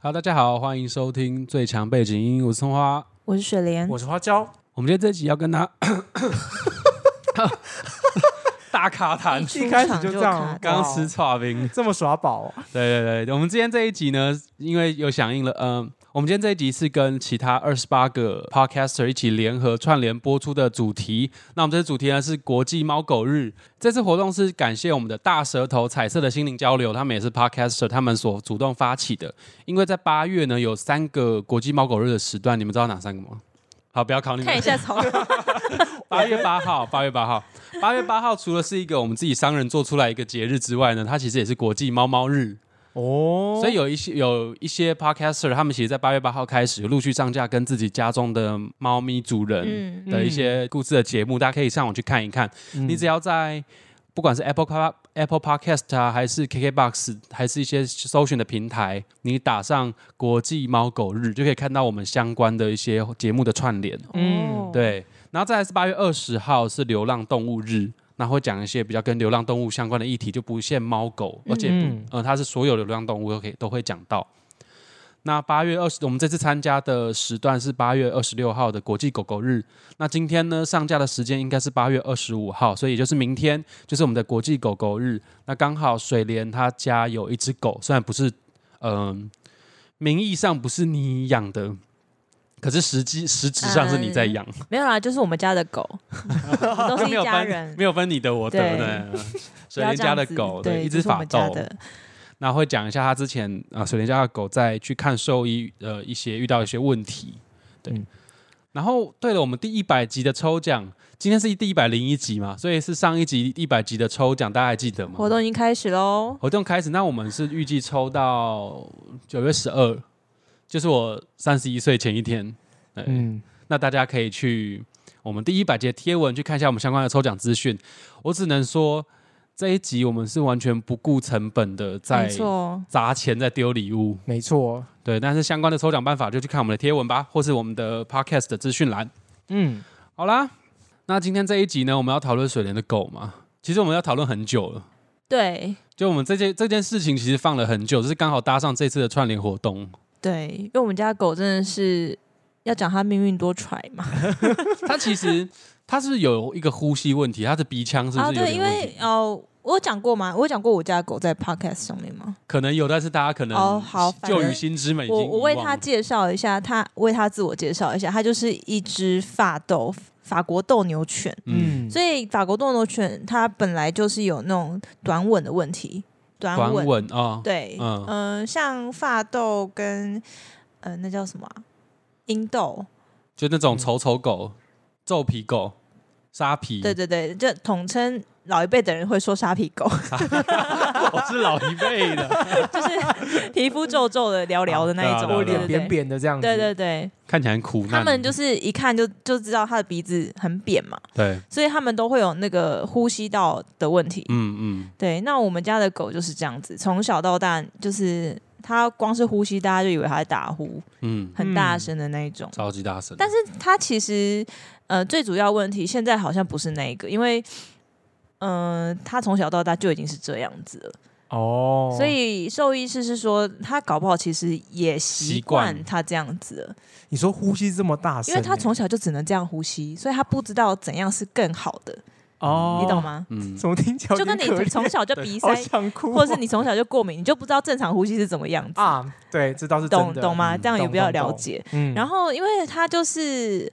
Hello，大家好，欢迎收听最强背景音，我是葱花。我是雪莲， 我是花椒，我们今天这集要跟他大卡痰，出一开始场就就啊这样卡刚吃刨冰。这么耍宝哦，对对对，我们今天这一集呢，因为有响应了，嗯，我们今天这一集是跟其他二十八个 podcaster 一起联合串联播出的主题。那我们这次主题呢是国际猫狗日，这次活动是感谢我们的大舌头彩色的心灵交流，他们也是 podcaster 他们所主动发起的。因为在八月呢有三个国际猫狗日的时段，你们知道哪三个吗？好，不要考你们看一。下草，八月八号，八月八号，八月八号，除了是一个我们自己商人做出来一个节日之外呢，它其实也是国际猫猫日。哦，所以有一些有一些 podcaster，他们其实，在八月八号开始陆续上架跟自己家中的猫咪主人 嗯，的一些故事的节目，大家可以上网去看一看。你只要在不管是 Apple Pod- Apple Podcast 啊，还是 KKBox，还是一些搜寻的平台，你打上“国际猫狗日”，就可以看到我们相关的一些节目的串联。哦嗯，对，然后再来是八月二十号是流浪动物日，那会讲一些比较跟流浪动物相关的议题，就不限猫狗，而且不嗯呃，它是所有流浪动物都可以都会讲到。那八月二十，我们这次参加的时段是八月二十六号的国际狗狗日。那今天呢，上架的时间应该是八月二十五号，所以也就是明天就是我们的国际狗狗日。那刚好水莲她家有一只狗，虽然不是，嗯、名义上不是你养的，可是实际实质上是你在养。没有啦，就是我们家的 狗，我们都是没一有嗯家分人，没有分你的我的，对 对，不水要莲这家样的子狗，对，一这只是我法们家斗。的，那会讲一下他之前啊、水莲家的狗在去看兽医，呃，一些遇到一些问题，对。嗯然后，对了，我们第一百集的抽奖，今天是第一百零一集嘛，所以是上一集一百集的抽奖，大家还记得吗？活动已经开始喽，活动开始，那我们是预计抽到九月十二，就是我三十一岁前一天。对，嗯，那大家可以去我们第一百节贴文去看一下我们相关的抽奖资讯。我只能说，这一集我们是完全不顾成本的没在错，砸钱在丢礼物，没错，对。但是相关的抽奖办法就去看我们的贴文吧，或是我们的 podcast 的资讯栏。嗯，好啦，那今天这一集呢，我们要讨论水莲的狗嘛？其实我们要讨论很久了。对就我们这件这件事情，其实放了很久，就是刚好搭上这次的串联活动。对，因为我们家的狗真的是要讲它命运多舛嘛，它其实它是不是有一个呼吸问题，它的鼻腔是不啊，是有对，点因问题？为哦。我有讲过吗？我有讲过我家的狗在 podcast 上面吗？可能有，但是大家可能哦好嗯反就于正心之美已经我我为遗忘它了介绍一下，它为它自我介绍一下，它就是一只法斗法国斗牛犬，嗯所以法国斗牛犬它本来就是有那种短吻的问题，短短吻，吻啊，对，嗯嗯、像发豆跟呃那叫什么啊英豆，就那嗯种丑丑狗、皱皮狗、沙皮，对对对，就统称老一辈的人会说沙皮狗， 我哦是老一辈的，就是皮肤皱皱 的、聊聊的那一啊种，对啊我对脸扁。扁的这样子，对对对对对，看起来很苦难。他们就是一看就就知道他的鼻子很扁嘛，对，所以他们都会有那个呼吸道的问题。嗯嗯，对，那我们家的狗就是这样子，从小到大就是它光是呼吸，大家就以为它在打呼，嗯，很大嗯声的那一种。超级大声。但是它其实呃最主要问题现在好像不是那一个，因为嗯、呃，它从小到大就已经是这样子了，哦，所以兽医师是说它搞不好其实也习习惯惯它这样子了，你说呼吸这么大声因欸，为它从小就只能这样呼吸，所以它不知道怎样是更好的，哦，你懂？吗？嗯，怎么听起来有就跟点可你怜从小就鼻好塞，想哭哦，或者是你从小就过敏，你就不知道正常呼吸是怎么样子，啊，对，这倒是真懂的懂？吗？嗯这样也懂比较懂了懂解。嗯，然后因为它就是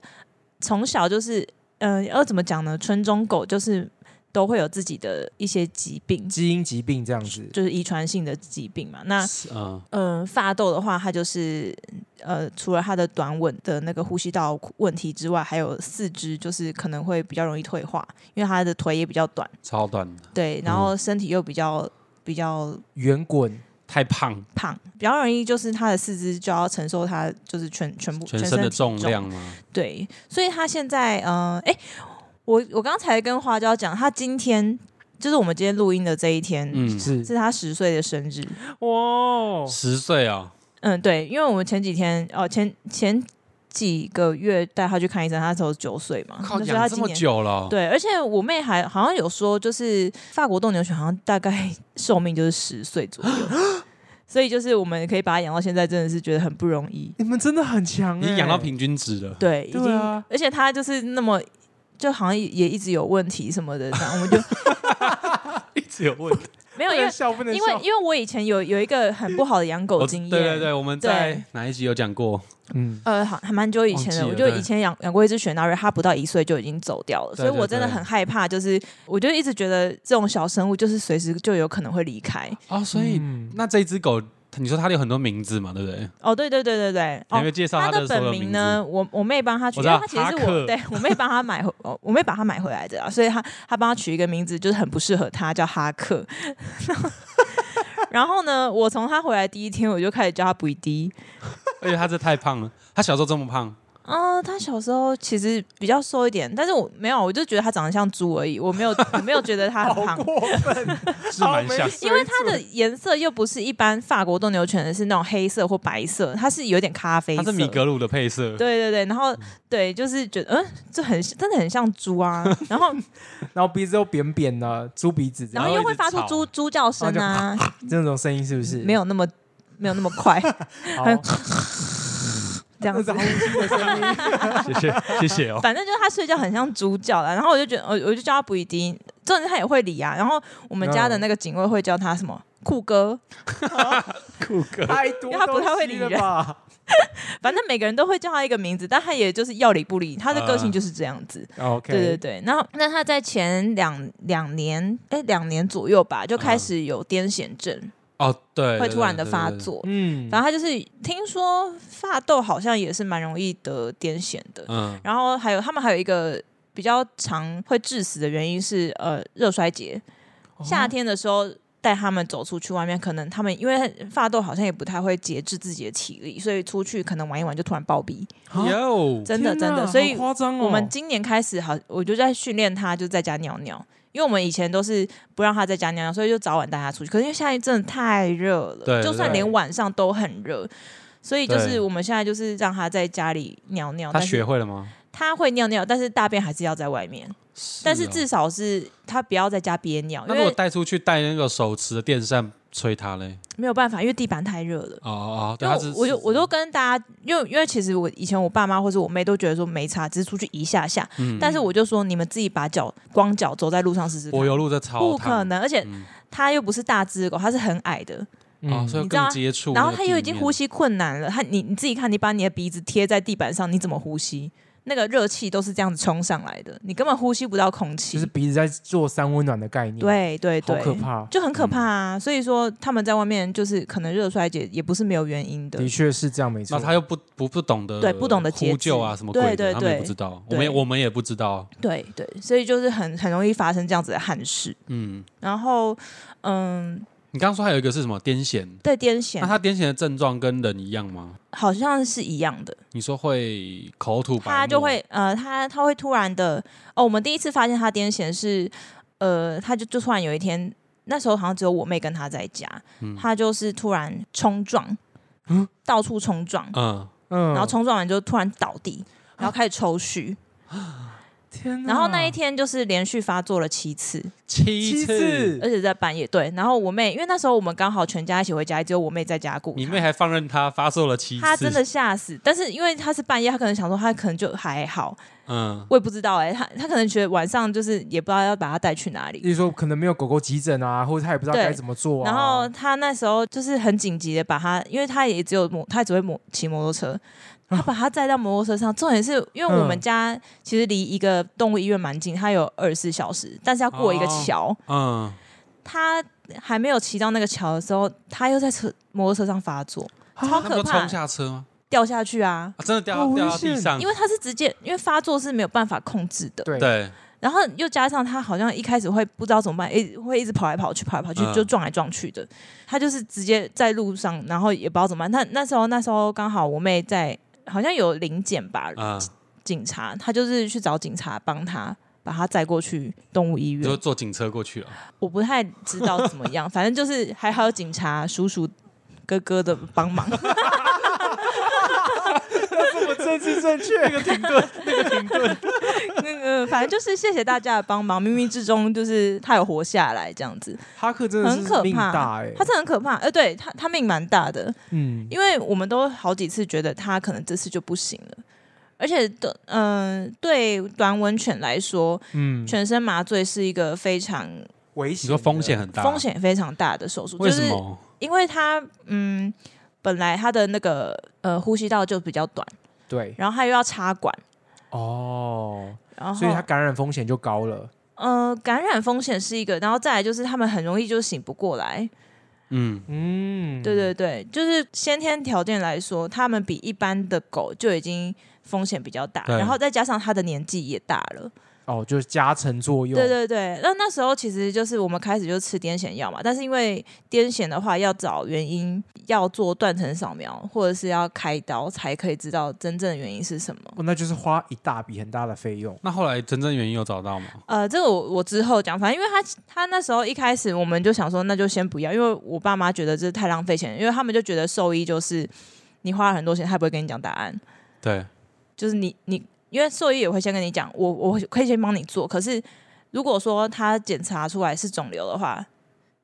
从小就是，嗯、要怎么讲呢？纯种狗就是都会有自己的一些疾病，基因疾病这样子，就是遗传性的疾病嘛。那是嗯，嗯、呃发豆的话，它就是呃，除了它的短吻的那个呼吸道问题之外，还有四肢就是可能会比较容易退化，因为它的腿也比较短，超短的，对，然嗯后身体又比较比较圆滚，太胖，胖，比较容易就是它的四肢就要承受它就是全全部全身身的体重量嘛，对，所以他现在，嗯、呃，哎，我我刚才跟花椒讲，他今天就是我们今天录音的这一天，嗯，是是他十岁的生日。嗯哇，十岁啊，嗯，对，因为我们前几天，哦、前前几个月带他去看医生，他只有九岁嘛，靠，哦那所以他养这今么年。久了，，哦对，而且我妹还好 像有说，就是法国斗牛犬好像大概寿命就是十岁左右，所以就是我们可以把它养到现在，真的是觉得很不容易。你们真的很强、欸，已经养到平均值了。对，已经，对啊而且它就是那么，就好像也一直有问题什么的，这样我 们就一直有问题。没有，不因为能笑，不能因笑，为因为我以前有有一个很不好的养狗我经验，对哦对对，我们在对哪一集有讲过？嗯，呃，好，还蛮久以前忘的，记我了就对以前养养过一只雪纳瑞，它不到一岁就已经走掉了，对所以我对真的对很害怕，就是我就一直觉得这种小生物就是随时就有可能会离开。哦，所以嗯那这一只狗，你说它有很多名字嘛，对不对？哦，对对对对对，你哦会，介绍它的所本有名名呢，字？我我妹帮它取，我因知道为它其实是哈克我对我妹帮它买回，哦我妹把它买回来的啊，所以她她帮它取一个名字，就是很不适合它，叫哈克。 然后呢，我从它回来第一天，我就开始叫它不迪。而且它这太胖了，它小时候这么胖，啊、他小时候其实比较瘦一点，但是我没有，我就觉得他长得像猪而已，我没有，我没有觉得他好很胖，过分，是蛮像。因为它的颜色又不是一般法国斗牛犬是那种黑色或白色，它是有点咖啡色，它是米格鲁的配 色，对对对，然嗯后对，就是觉得嗯，这很真的很像 猪啊，然后然后鼻子又扁扁的，猪鼻子这然样，后然后又一会直发出吵猪猪叫声啊，这种声音是不是？没有那么没有那么 快好，很这样那是子呼。吸的声音，谢谢谢谢哦。反正就是他睡觉很像猪叫啦，然后我就觉得，我我就叫他不一定，重点是他也会理啊。然后我们家的那个警卫会叫他什么嗯酷哥，酷哥，太因多，为它不太会理人吧？反正每个人都会叫他一个名字，但他也就是要理不理，他的个性就是这样子。 OK，对对对，那那他在前两两年，哎，两年左右吧，就开始有癫痫症，哦，对，会对突然的对发。对对对作。嗯，然后他就是听说发痘好像也是蛮容易得癫痫的，嗯，然后还有他们还有一个比较常会致死的原因是呃热衰竭，哦夏天的时候。带他们走出去外面，可能他们因为发痘好像也不太会节制自己的体力，所以出去可能玩一玩就突然暴毙，啊哦有真的天真哪的。所以好夸张哦，我们今年开始好，我就在训练他，就在家尿尿，因为我们以前都是不让他在家尿尿，所以就早晚带他出去。可是因为现在真的太热了，对就算对连晚上都很热，所以就对是我们现在就是让他在家里尿尿，他但是学会了吗？他会尿尿，但是大便还是要在外面。但是哦至少是他不要在家憋尿，因那如果为带出去带那个手持的电扇吹它嘞？没有办法，因为地板太热了。哦哦，对，因它为是我就我都跟大家，因为因为其实我以前我爸妈或者我妹都觉得说没差，只是出去一下下。嗯但是我就说你们自己把脚光脚走在路上试试看柏，油路在超不烫可能。而且嗯它又不是大只的狗，它是很矮的，嗯哦，所以你知道更接触那然个地面。后它又已经呼吸困难了。它你你自己看，你把你的鼻子贴在地板上，你怎么呼吸？那个热气都是这样子冲上来的，你根本呼吸不到空气。就是鼻子在做三温暖的概念，，对对好对，可怕，就很嗯可怕啊。所以说他们在外面就是可能热衰竭也不是没有原因的的。确是这样，没错。那他又不不不懂得对不懂得节呼救啊制什么对鬼的，对他们也对不知道，我对们也我们也不知道，对对，所以就是很很容易发生这样子的憾事。嗯。然后嗯，你刚刚说还有一个是什么癫痫？对癫那痫他癫痫的症状跟人一样吗？好像是一样的，你说会口吐白沫，他就会呃他他会突然的哦，我们第一次发现他癫痫是呃他就就突然有一天。那时候好像只有我妹跟他在家，嗯他就是突然冲撞，到处冲撞，嗯，啊嗯然后冲撞完就突然倒地，然后开始抽搐，天哪，然后那一天就是连续发作了七次，七七次而且在半夜。对，然后我妹，因为那时候我们刚好全家一起回家，只有我妹在家顾她。你妹还放任他发作了七次，她真的吓死，但是因为她是半夜，她可能想说她可能就还好，嗯，我也不知道哎、她她可能觉得晚上就是也不知道要把她带去哪里。例如说可能没有狗狗急诊啊，或者他也不知道对该怎么做啊。然后她那时候就是很紧急的把她，因为她也只有摩，她只会摩骑摩托车，啊她把她载到摩托车上。重点是因为我们嗯家其实离一个动物医院蛮近，它有二十四小时，但是要过一个哦桥，嗯，他还没有骑到那个桥的时候，他又在车摩托车上发作，啊超那不可就怕冲，下车吗？掉下去啊！啊，真的掉好危掉到地险上，因为他是直接，因为发作是没有办法控制的，对对，然后又加上他好像一开始会不知道怎么办，一会一直跑来跑去，跑来跑去嗯就撞来撞去的。他就是直接在路上，然后也不知道怎么办。那那时候那时候刚好我妹在，好像有临检吧，嗯，警察，他就是去找警察帮他把他载过去动物医院就。坐警车过去了。我不太知道怎么 样，反正就是还好有警察叔叔哥哥的帮忙，这么正政治正 确， 那个反正就是谢谢大家的帮忙，冥冥之中就是他有活下来这样子，哈克真的很可是命大怕哎，，他真的很可怕。呃，对他他命蛮大的，嗯，因为我们都好几次觉得他可能这次就不行了，而且的嗯、对短吻犬来说，嗯，全身麻醉是一个非常危险你的，说风险很大，风险非常大的手术，为就什是么？因为他嗯本来他的那个呃呼吸道就比较短，对然后他又要插管，哦，然后所以它感染风险就高了，呃感染风险是一个，然后再来就是他们很容易就醒不过来，嗯，嗯，对对对，就是先天条件来说，他们比一般的狗就已经风险比较大，对然后再加上他的年纪也大了，哦，就是加成作用，对对对。那那时候其实就是我们开始就吃癫痫药嘛，但是因为癫痫的话要找原因，要做断层扫描或者是要开刀才可以知道真正的原因是什么。哦，那就是花一大笔很大的费用，那后来真正原因有找到吗？呃，这个我我之后讲，反正因为他他那时候一开始我们就想说，那就先不要，因为我爸妈觉得这太浪费钱，因为他们就觉得兽医就是你花了很多钱，他也不会跟你讲答案，对，就是你你因为兽医也会先跟你讲，我我可以先帮你做，可是如果说他检查出来是肿瘤的话，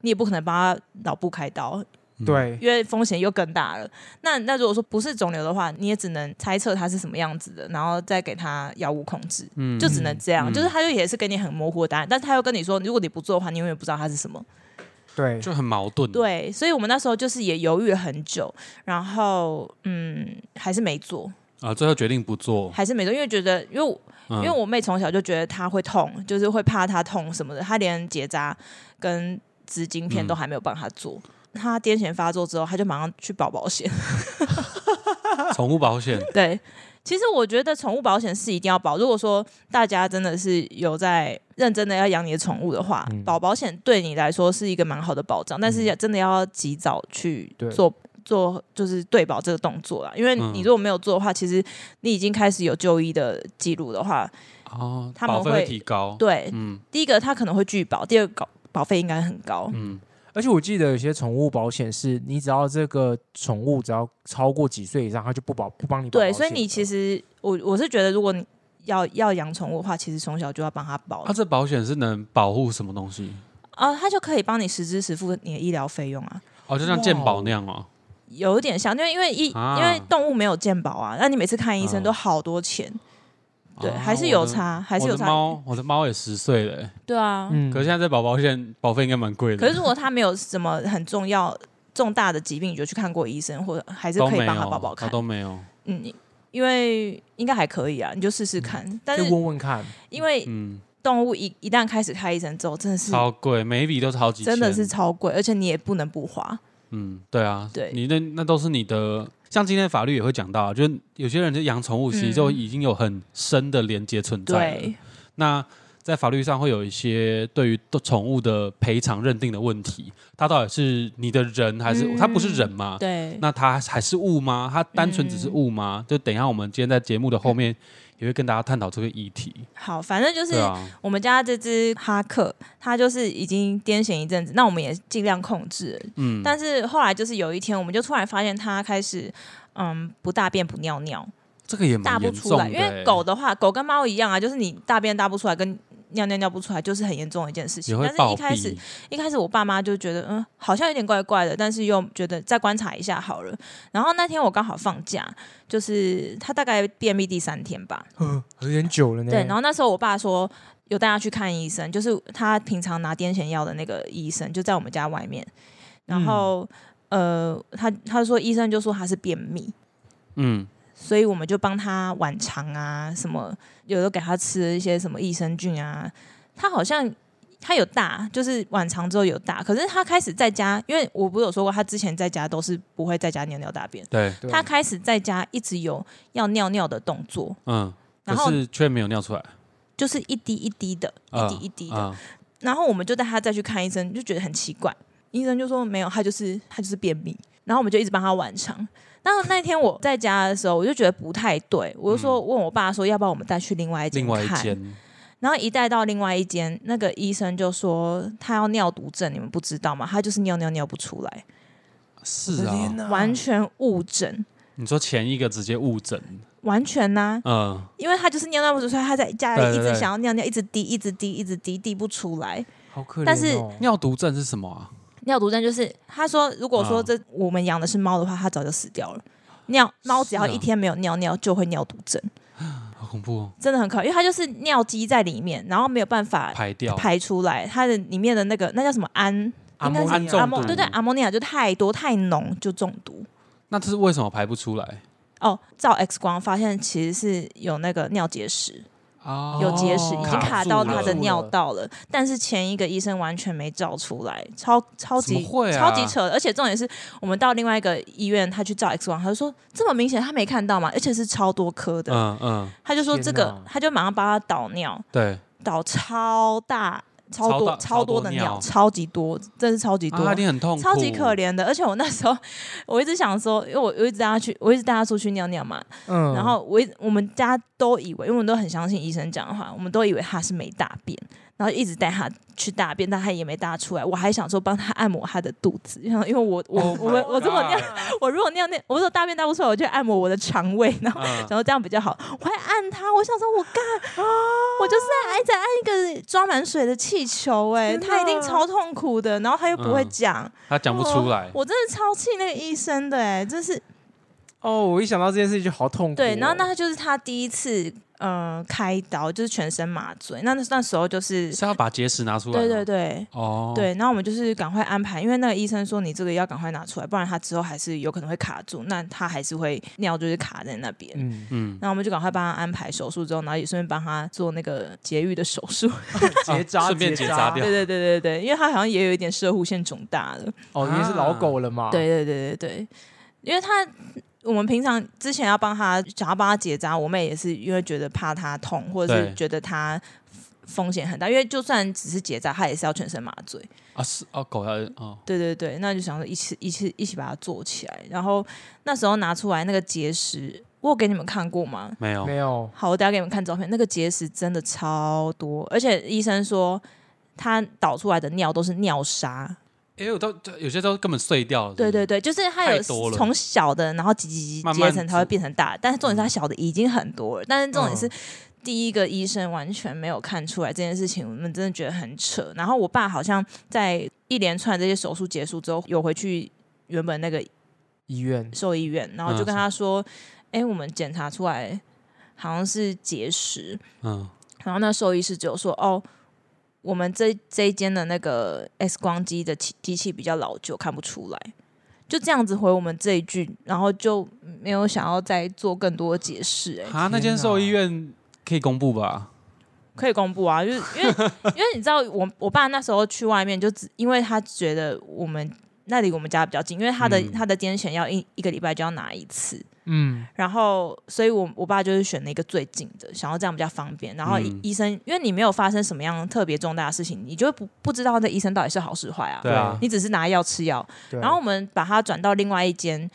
你也不可能帮他脑部开刀，嗯，对，因为风险又更大了。那那如果说不是肿瘤的话，你也只能猜测它是什么样子的，然后再给他药物控制。嗯就只能这样，嗯就是他就也是给你很模糊的答案，但是他又跟你说，如果你不做的话，你永远不知道它是什么。对，就很矛盾。，对，所以我们那时候就是也犹豫了很久，然后嗯，还是没做，啊，最后决定不做，还是没做，因为觉得因为我嗯因为我妹从小就觉得她会痛，就是会怕她痛什么的，她连结扎跟纸巾嗯片都还没有帮她做。她癫痫发作之后，她就马上去保保险。宠物保险，对，其实我觉得宠物保险是一定要保。如果说大家真的是有在认真的要养你的宠物的话，嗯保保险对你来说是一个蛮好的保障，但是要真的要及早去对做。做就是对保这个动作啦，因为嗯你如果没有做的话，其实你已经开始有就医的记录的话，哦， 他们保费会会提高。，对，嗯第一个它可能会拒保，第二个保保费应该很高，嗯，而且我记得有些宠物保险是你只要这个宠物只要超过几岁以上，它就不保不帮你保保对，险。所以你其实我我是觉得，如果你要要养宠物的话，其实从小就要帮它保啊啊它这保险是能保护什么东西？啊，它就可以帮你实支实付你的医疗费用啊。哦，就像健保那样哦。有一点像，因为因为医、啊因为动物没有健保啊，那你每次看医生嗯都好多钱，对，啊还是有。差，还我的是有我的差，猫，我的猫也十岁了欸，对啊。嗯可是现在在保保险保费应该蛮贵的。可是如果它没有什么很重要、重大的疾病，你就去看过医生，或者还是都可没有，以帮它宝宝看它。都没有。嗯，因为应该还可以啊，你就试试看。但可以是问问看，因为嗯，动物一一旦开始看医生之后，真的是超贵，每一笔都是好几千。真的是超贵，而且你也不能不花。嗯，对啊，对你那那都是你的，像今天法律也会讲到啊，就是有些人就养宠物，其实嗯就已经有很深的连接存在了。对，那在法律上会有一些对于宠物的赔偿认定的问题，它到底是你的人还是嗯它不是人嘛？对，啊那它还是物吗？它单纯只是物嗯吗？就等一下我们今天在节目的后面也会跟大家探讨这个议题。好，反正就是对啊，我们家这只哈克，它就是已经癫痫一阵子，那我们也尽量控制了。嗯，但是后来就是有一天，我们就突然发现它开始，嗯，不大便不尿尿，这个也大蛮不严出重来。的、因欸，为狗的话，狗跟猫一样啊，就是你大便大不出来跟尿尿尿不出来，就是很严重的一件事也情。会但是暴一开始毙，一开始我爸妈就觉得，嗯，好像有点怪怪的，但是又觉得再观察一下好了。然后那天我刚好放假，就是它大概便秘第三天吧，嗯，有点久了呢。对，然后那时候我爸说有带他去看医生，就是他平常拿癫痫药的那个医生就在我们家外面，然后、呃，他他说医生就说他是便秘，嗯，所以我们就帮他晚肠啊什么，有的给他吃了一些什么益生菌啊，他好像。他有大，就是晚肠之后有大，可是他开始在家，因为我不是有说过，他之前在家都是不会在家尿尿大便，对，对他开始在家一直有要尿尿的动作，嗯，可然后是却没有尿出来，就是一滴一滴的，一滴一滴的，啊然后我们就带他再去看医生，就觉得很奇怪。医生就说没有，他就是他就是便秘。然后我们就一直帮他晚肠。那那天我在家的时候，我就觉得不太对，我就说问我爸说，要不要我们带去另外一间嗯另外一看？间，然后一带到另外一间，那个医生就说他要尿毒症，你们不知道吗？他就是尿尿尿不出来，是我的天啊，哪完全误诊。你说前一个直接误诊，完全呐、嗯，因为它就是尿尿不出来，它在家里一对对直对想要尿尿，一直滴，一直滴，一直滴，滴不出来。好可怜、哦。但是尿毒症是什么啊？尿毒症就是他说，如果说啊这我们养的是猫的话，它早就死掉了。尿猫只要是啊一天没有尿尿就会尿毒症，好恐怖哦，真的很可怕，因为它就是尿积在里面，然后没有办法排掉，排出来，它的里面的那个那叫什么氨阿应该莫是氨阿中莫毒对对阿莫尼亚就太多太浓就中毒。那这是为什么排不出来哦，照 X 光发现其实是有那个尿结石，啊有结石，已经卡到卡他住的了尿道了。但是前一个医生完全没照出来，超超级、怎么会啊超级扯。而且重点是我们到另外一个医院，他去照 X 光，他就说这么明显他没看到嘛，而且是超多颗的。嗯嗯，他就说天这个哪，他就马上帮他导尿，对，导超大、超超多、大超多的超多尿超级多，真的是超级多。啊，一定很痛苦，超级可怜的，而且我那时候 我一直想说，因为我我一直带他去，我一直带他出去尿尿嘛，嗯然后我一我们家都以为，因为我们都很相信医生讲的话，我们都以为他是没大便，然后一直带他去大便，但他也没大出来。我还想说帮他按摩他的肚子，然后因为我我、 Oh my 我们我如果尿 God 我如果尿尿，我如果大便大不出来，我就按摩我的肠胃，然后。嗯。然后这样比较好，我还按他，我想说，我干，我就是在一直按一个装满水的气球、哎，天哪他一定超痛苦的，然后他又不会嗯讲，他讲不出来， 我真的超气那个医生的、哎，真是哦，我一想到这件事情就好痛苦哦、对，然后那就是他第一次呃开刀，就是全身麻醉。那那时候就是是要把结石拿出来吗。对对对、哦，对，然后我们就是赶快安排，因为那个医生说你这个要赶快拿出来，不然他之后还是有可能会卡住，那他还是会尿就是卡在那边。嗯，嗯，然后我们就赶快帮他安排手术，之后，然后也顺便帮他做那个节育的手术。结扎，啊顺便结扎对掉对对对对，因为他好像也有一点射护腺肿大了。哦，啊你是老狗了嘛？，对对对对对，因为他我们平常之前要帮他想要帮他结扎，我妹也是因为觉得怕他痛，或者对是觉得他风险很大，因为就算只是结扎，他也是要全身麻醉。啊是哦，狗要哦，对对对，那就想说一起一起一起把它做起来。然后那时候拿出来那个结石，我有给你们看过吗？没有没有，好，我等一下给你们看照片，那个结石真的超多，而且医生说。他导出来的尿都是尿沙，哎、我都有些都根本碎掉了。对是不是对，对，就是它太有多了从小的，然后几几几慢嗯阶慢层才会组变成大，但是重点是它小的已经很多了，但是重点是嗯。第一个医生完全没有看出来这件事情，我们真的觉得很扯。然后我爸好像在一连串这些手术结束之后，有回去原本那个医院兽医院，然后就嗯跟他说：“哎、我们检查出来好像是结石。嗯，”然后那兽医师只有说：“哦，我们这这一间的那个 X 光机的机机器比较老旧，看不出来。”就这样子回我们这一句，然后就没有想要再做更多的解释、哎，啊，那间兽医院可以公布吧？可以公布啊，就是因为因为你知道我我爸那时候去外面，就只因为他觉得我们那离我们家比较近，因为他的、嗯他的癫痫要一一个礼拜就要拿一次，嗯，然后所以我我爸就是选了一个最近的，想要这样比较方便。然后医、嗯医生，因为你没有发生什么样特别重大的事情，你就不不知道那医生到底是好是坏啊，对啊，你只是拿药吃药。对，然后我们把他转到另外一间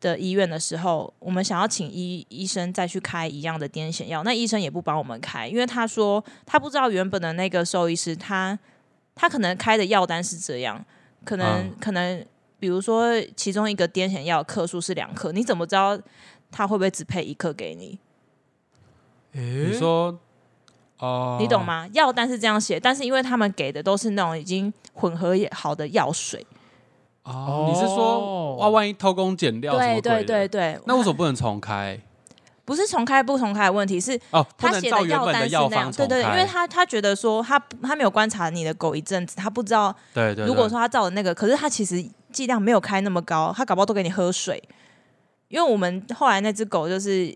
的医院的时候，我们想要请医医生再去开一样的癫痫药，那医生也不帮我们开，因为他说他不知道原本的那个兽医师他他可能开的药单是这样，可能、嗯可能比如说其中一个癫痫药克数是两克，你怎么知道他会不会只配一克给你？你你说哦，你懂？吗？药单是这样写，但是因为他们给的都是那种已经混合好的药水，哦，你是说哇，万一偷工减料什么对鬼的对对，对，那为什么不能重开？不是重开不重开的问题，是哦，不他能写照原药本单的是药那方样，对重开，对，因为他他觉得说他不他没有观察你的狗一阵子，他不知道对对对如果说他照的那个，可是他其实剂量没有开那么高，他搞不好都给你喝水。因为我们后来那只狗就是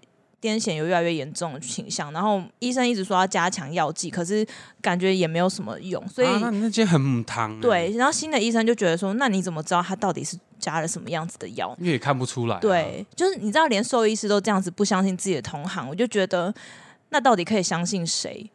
癫痫有越来越严重的倾向，然后医生一直说要加强药剂，可是感觉也没有什么用，所以、啊、那你那间很母汤、欸，对，，然后新的医生就觉得说，那你怎么知道他到底是加了什么样子的药？因为也看不出来、啊，对，就是你知道，连兽医师都这样子不相信自己的同行，我就觉得那到底可以相信谁？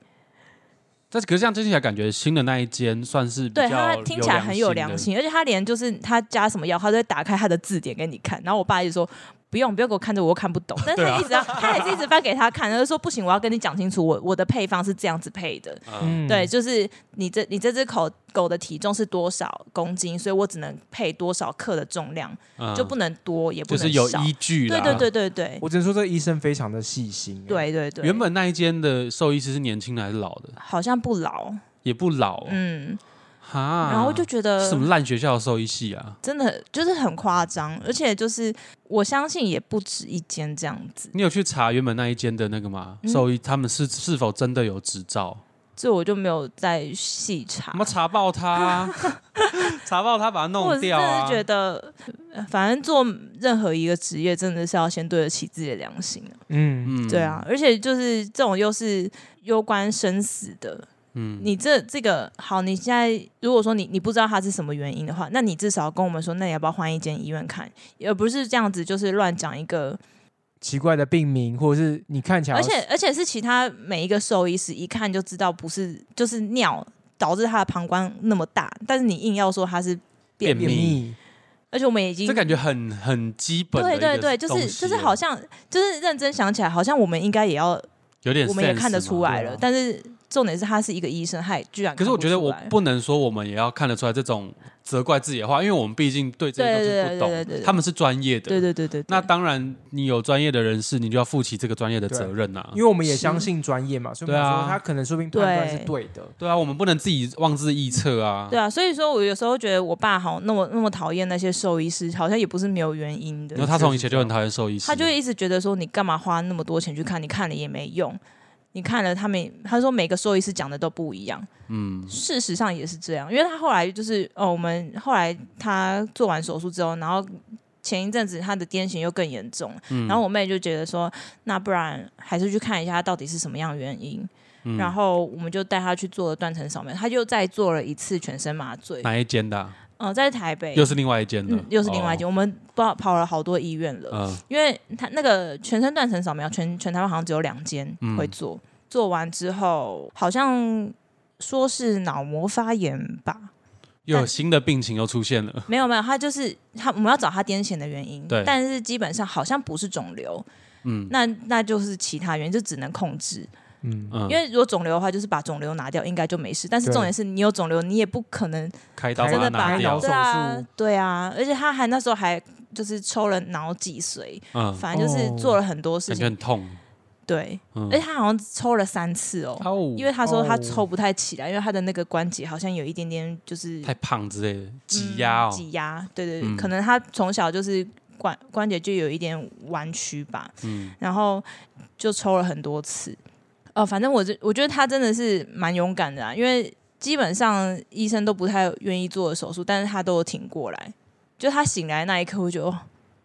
但是可是这样听起来，感觉新的那一间算是比对较他听起来很有良的。心，而且他连就是他加什么药，他都会打开他的字典给你看。然后我爸就说。不用不用给我看着我，我看不懂。但是啊他一直要，他还是一直翻给他看，他就说不行，我要跟你讲清楚，我我的配方是这样子配的。嗯，对，就是你这你这只狗狗的体重是多少公斤，所以我只能配多少克的重量，嗯就不能多也就不是能有少。依据啦对对对对对我只能说这个医生非常的细心、欸，对对对，原本那一间的兽医师是年轻的还是老的？好像不老，也不老、哦，嗯，哈。然后就觉啊是得什么烂学校的兽医系啊？真的就是很夸张，而且就是我相信也不止一间这样子，你有去查原本那一间的那个吗？嗯兽医他们是是否真的有执照？这我就没有再细查我。们查爆他 啊，查爆他把他我弄真掉的啊是！觉得，呃反正做任何一个职业，真的是要先对得起自己的良心啊嗯，嗯对，啊，而且就是这种又是攸关生死的，嗯，你这这个好，你现在如果说你你不知道它是什么原因的话，那你至少跟我们说，那你要不要换一间医院看，而不是这样子就是乱讲一个，奇怪的病名，或者是你看起来，而且而且是其他每一个兽医师一看就知道不是就是尿导致他的膀胱那么大，但是你硬要说他是便便便秘，秘，而且我们已经这感觉很很基本的对一个对对，就东是西就是了好像就是认真想起来，好像我们应该也要有点我们也 sense 看得嘛出来了，对啊但是重点是他是一个医生，他也居然可是我看觉得出我来不能说我们也要看得出来这种责怪自己的话，因为我们毕竟对这些东对西对不对对对懂，对他们是专业的。对对对对，对那当然，你有专业的人士，你就要负起这个专业的责任啊呐、因为我们也相信专业嘛，所以我们对啊说他可能说不定判断是对的。对啊，我们不能自己妄自臆测啊。对啊，所以说我有时候觉得我爸好那么那么讨厌那些兽医师，好像也不是没有原因然后的，他从以前就很讨厌兽医师，他就一直觉得说你干嘛花那么多钱去看，你看了也没用。你看了他们，他说每个兽医师讲的都不一样，嗯，事实上也是这样，因为他后来就是哦，我们后来他做完手术之后，然后前一阵子他的癫痫又更严重，嗯然后我妹就觉得说，那不然还是去看一下到底是什么样的原因，嗯然后我们就带她去做了断层扫描，她就再做了一次全身麻醉，哪一间的啊、嗯、在台北，又是另外一间的哦嗯，，又是另外一间，我们不知道跑了好多医院了，哦。嗯、因为他那个全身断层扫描，全全台湾好像只有两间嗯会做，做完之后好像说是脑膜发炎吧，又有新的病情又出现了。没有没有，他就是他我们要找他癫痫的原因，对但是基本上好像不是肿瘤，嗯那那就是其他原因，就只能控制，嗯，嗯，因为如果肿瘤的话，就是把肿瘤拿掉，应该就没事，但是对重点是你有肿瘤，你也不可能开刀把真它的拿把开掉刀手，对术啊对啊，而且他还那时候还就是抽了脑脊髓，嗯，反正就是哦做了很多事感觉情，很痛。对。嗯而且，他好像抽了三次哦，哦因为他说他哦抽不太起来，因为他的那个关节好像有一点点就是太胖之类的，挤嗯压哦，挤压，对对对，嗯可能他从小就是关关节就有一点弯曲吧，嗯然后就抽了很多次。哦、反正我这我觉得他真的是蛮勇敢的啊，因为基本上医生都不太愿意做的手术，但是他都有挺过来。就他醒来那一刻，我觉得哦，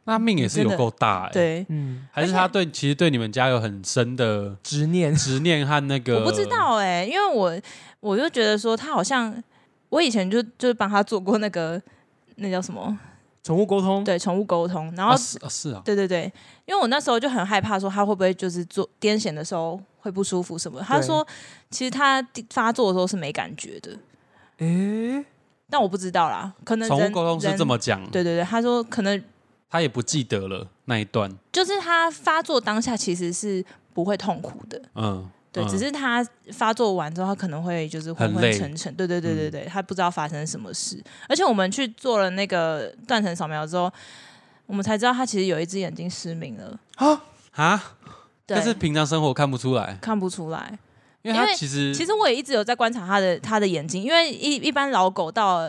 那命也是有够大哎、对，嗯，还是他对其实对你们家有很深的执念，执念和那个，我不知，道哎、因为我我就觉得说他好像，我以前就就是帮他做过那个那叫什么宠物沟通，对宠物沟通，然后、啊是啊是啊，对对对，因为我那时候就很害怕说他会不会就是做癫痫的时候会不舒服什么，他对说其实他发作的时候是没感觉的，诶，但我不知道啦，可能宠物人沟通是人这么讲，对对对，他说可能他也不记得了那一段，就是他发作当下其实是不会痛苦的，嗯，对，嗯只是他发作完之后，他可能会就是昏很昏累嗯沉沉，对对对对对，他不知道发生什么事。而且我们去做了那个断层扫描之后，我们才知道他其实有一只眼睛失明了，啊，对但，是平常生活看不出来，看不出来。因为他因为其实其实我也一直有在观察他的他的眼睛，因为一一般老狗到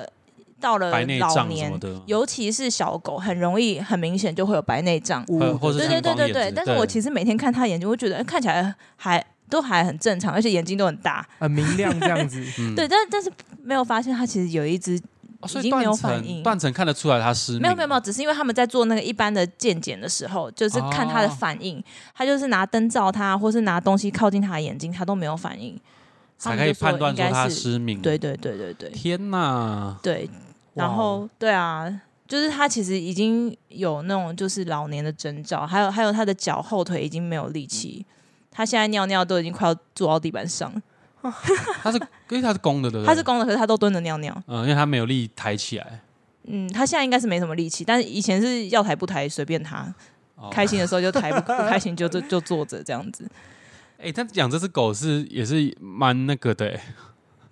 到了白内老障什年么，的，尤其是小狗，很容易很明显就会有白内障。物呃或是对青对对光眼对之对类，但是我其实实每天看他眼睛，我觉得哎看起来还都还很正常，而且眼睛都很大。很明亮这样子，嗯对，但但是没有发现他其实有一只已经没有反应哦断层看得出来他失明，没啊有没有没有，只是因为他们在做那个一般的健检的时候，就是看他的哦反应，他就是拿灯照他，或是拿东西靠近他的眼睛，他都没有反应，才可以判断出他们他就说应该是失明，对，对对对对天哪，对，嗯哇哦然后对啊，就是他其实已经有那种就是老年的征兆，还有还有他的脚后腿已经没有力气，他现在尿尿都已经快要坐到地板上，他是 因为他是公的，对不对？他是，公的，可是他都蹲着尿尿，嗯，因为他没有力抬起来，嗯，他现在应该是没什么力气，但是以前是要抬不抬随便他，哦开心的时候 就抬，不不开心就就就坐着这样子。哎、但养这只狗是也是蛮那个的、欸，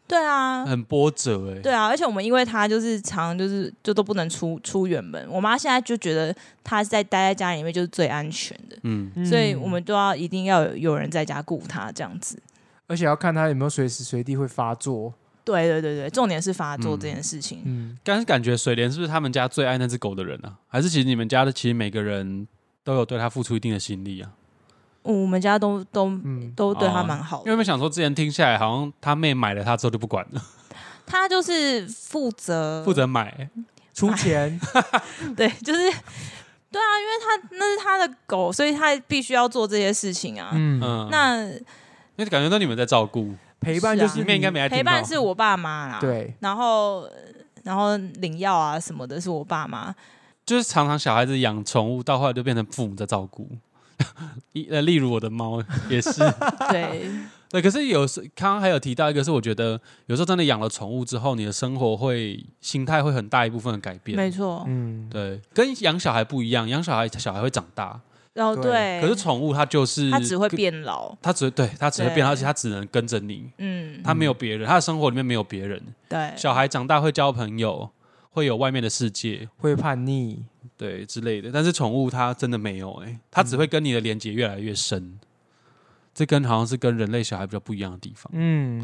对啊，很波折哎、对啊，而且我们因为他就是常就是就都不能出出远门，我妈现在就觉得他在待在家里面就是最安全的，嗯，嗯所以我们都要一定要有有人在家顾他这样子。而且要看它有没有随时随地会发作。对对对对，重点是发作嗯这件事情。嗯，但是感觉水莲是不是他们家最爱那只狗的人啊？还是其实你们家的其实每个人都有对它付出一定的心力啊？我们家都都、嗯都对他哦蛮好因为的，我们想说之前听下来，好像他妹买了它之后就不管了，他就是负 责负责买、欸出钱， 对，就是对啊，因为他那是他的狗，所以他必须要做这些事情啊。嗯，嗯，那那感觉到你们在照顾，陪伴就是是里啊你面应该没来听陪到伴是我爸妈啦，，对，然后然后领药啊什么的是我爸妈，就是常常小孩子养宠物到后来就变成父母在照顾。 一呃，例如我的猫也是， 对对。可是有时刚刚还有提到一个，是我觉得有时候真的养了宠物之后，你的生活会心态会很大一部分的改变。没错，嗯，对，跟养小孩不一样，养小孩小孩会长大，然后对，可是宠物它就是它只会，变老，它只会对它只会变，对而且它只能跟着你，嗯，它没有别人，它的生活里面没有别人。对，小孩长大会交朋友，会有外面的世界，会叛逆，对之类的。但是宠物它真的没有、欸，它嗯只会跟你的连接越来越深。这跟好像是跟人类小孩比较不一样的地方，嗯，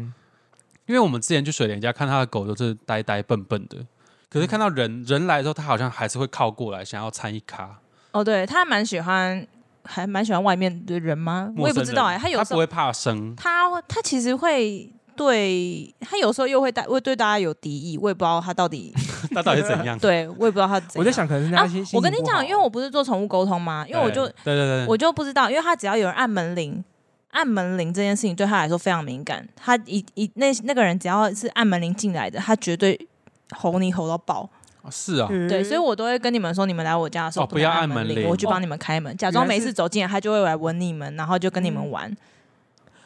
因为我们之前去水莲家看它的狗都是呆呆笨笨的，可是看到人人来的时候，它好像还是会靠过来想要参一咖。哦，对，他还蛮喜欢，还蛮喜欢外面的人吗？我陌也不生知道人哎、他有时不候会怕生，他他其实会。对他有时候又会大会对大家有敌意，我也不知道他到底？那到底是怎样对我也不知道他怎样。 我在想可能是啊他心，心我跟你情不好讲，因为我不是做宠物沟通嘛，因为我就对哎对对对，我就不知道，因为他只要有人按门铃，按门铃这件事情对他来说非常敏感。他一一那那个人只要是按门铃进来的，他绝对吼你吼到爆。哦是啊，嗯对，所以我都会跟你们说，你们来我家的时候、哦不要能按按门铃铃，我去帮你们开门，假装没事走进来，他就会来闻你们，然后就跟你们玩。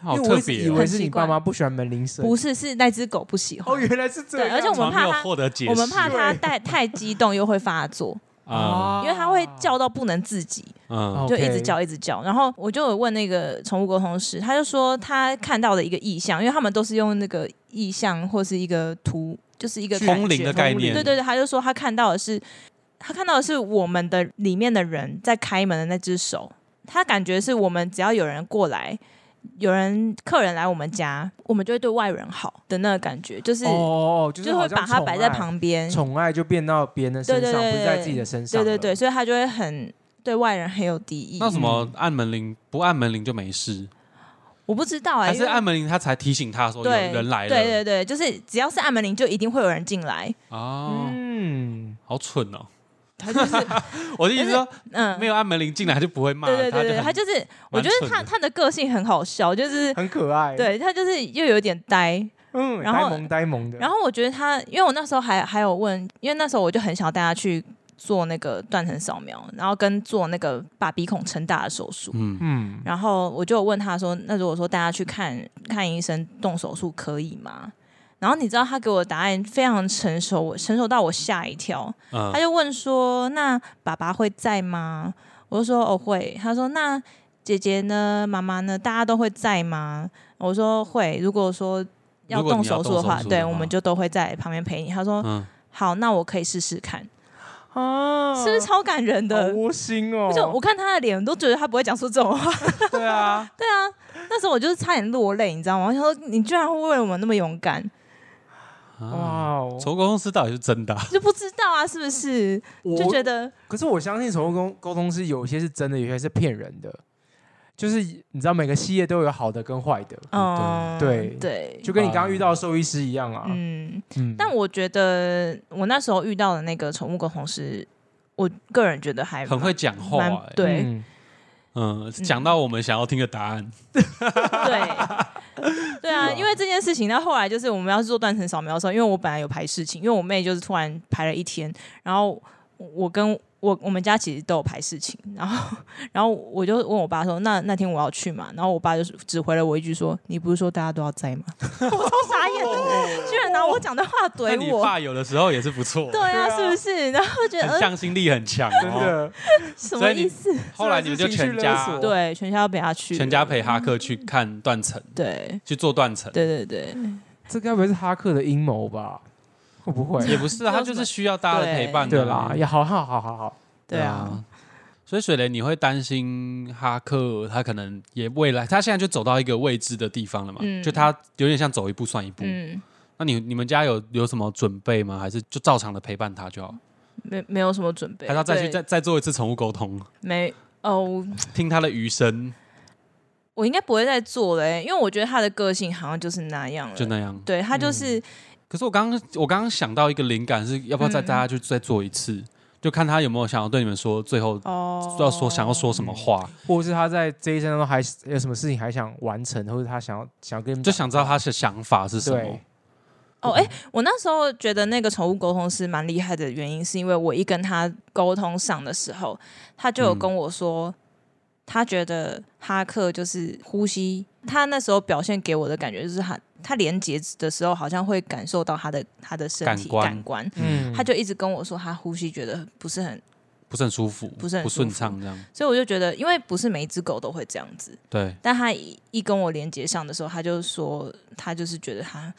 好因为我特一直别以哦。为是很你奇怪爸妈不喜欢门铃声，不是，是那只狗不喜欢。哦，原来是这对样，而且我从来们怕没有它获得解释，我们怕它对太太激动又会发作，啊，因为它会叫到不能自己。嗯哦就 OK 一直叫一直叫。然后我就有问那个宠物沟通师，他就说他看到的一个意象，因为他们都是用那个意象或是一个图，就是一个通灵的感概觉念，对对对，他就说他看到的是他看到的是我们的里面的人在开门的那只手，他感觉是我们只要有人过来。有人客人来我们家，我们就会对外人好的那个感觉，就是、哦哦哦，就就是会好像把它宠摆在爱，旁边，宠爱就变到别人的身对上，对对不是在对自己的身上对了，对对，所以他就会很对外人很有敌意。那什嗯么按门铃不按门铃就没事，我不知道啊、还欸，是按门铃他才提醒他说有对，人来了，对对对，就是只要是按门铃，就一定会有人进来。哦，嗯，好蠢哦！他就是 我的意思说嗯，没有。有按门铃进来就不会骂，对对对就对，很他就是，我觉得蛮他蠢的他的个性很好笑，就是很可爱，，对他就是又有点呆。嗯，然呆后萌呆萌的，啊然后后我觉得他，因为我那时候还还有问，因为那时候我就很想带他去做那个断层扫描，然后跟做那个把鼻孔撑大的手术。嗯嗯，然后我就有问他说：“那如果说大家去看看医生动手术可以吗？”然后你知道他给我的答案非常成熟，我成熟到我吓一跳。他嗯，就问说：“那爸爸会在吗？”我就说：“哦，会。”他说：“那姐姐呢？妈妈呢？大家都会在吗？”我说：“会。”如果说要如果动你要手术的动手术的对，话我们就都会在旁边陪你。他说：“嗯好，那我可以试试看。啊，是不是超感人好的？窝心哦？而且我看他的脸，我都觉得他不会讲出这种话。对啊，对啊，那时候我就是差点落泪，你知道吗？我想说，你居然会为我们那么勇敢，哇，哇哦，宠物公司到底是真的啊？就不知道啊，是不是？就我觉得可是我相信宠物沟沟通师有些是真的，有些是骗人的。就是你知道每个系业都有好的跟坏的，嗯，对对，就跟你刚刚遇到的兽医师一样啊。嗯。嗯，但我觉得我那时候遇到的那个宠物沟通师，我个人觉得还很会讲话哎蛮欸，对、嗯嗯，讲到我们想要听的答案， 对对啊，因为这件事情，到后来就是我们要做断层扫描的时候，因为我本来有排事情，因为我妹就是突然排了一天，然后我跟我我们家其实都有排事情，然后然后我就问我爸说，那那天我要去嘛？然后我爸就是只回了我一句说，你不是说大家都要在吗？ 我超傻眼的，居然拿我讲的话那怼你我。爸有的时候也是不错，欸对啊，对啊是不是？然后觉得很呃，向心力很强、真哦，的，什所么以你意思？后来你们就全真的是情绪勒啊家索对，全家都陪他去了，全家陪哈克去看断层，对去做断层。对对对，啊这该不会是哈克的阴谋吧？会不会？也不是啊，他就是需要大家的陪伴啊的对啦，也好好好好好，对啊，。所以水雷，你会担心哈克他可能也未来，他现在就走到一个未知的地方了嘛？嗯就他有点像走一步算一步。嗯，那你你们家有有什么准备吗？还是就照常的陪伴他就好？没没有什么准备，还是要再去对再再做一次宠物沟通，没哦，听他的余声，我应该不会再做了欸、因为我觉得他的个性好像就是那样了，就那嗯样。对他就是、可是我刚刚我刚刚想到一个灵感，是要不要再嗯大家就再做一次，就看他有没有想要对你们说最后哦，要说想要说什么话，或者是他在这一生当中还有什么事情还想完成，或者他想要想要跟你们就讲想知道他的想法是什么对。哦，哎、我那时候觉得那个宠物沟通师蛮厉害的原因，是因为我一跟他沟通上的时候，他嗯就有跟我说，他觉得哈克就是呼吸，他那时候表现给我的感觉就是他他连接的时候，好像会感受到他的他的身体感官嗯他就一直跟我说他呼吸觉得不是很，不是很舒服，不是很舒顺服畅这样。所以我就觉得，因为不是每一只狗都会这样子，对，但他一一跟我连接上的时候，他就说他就是觉得他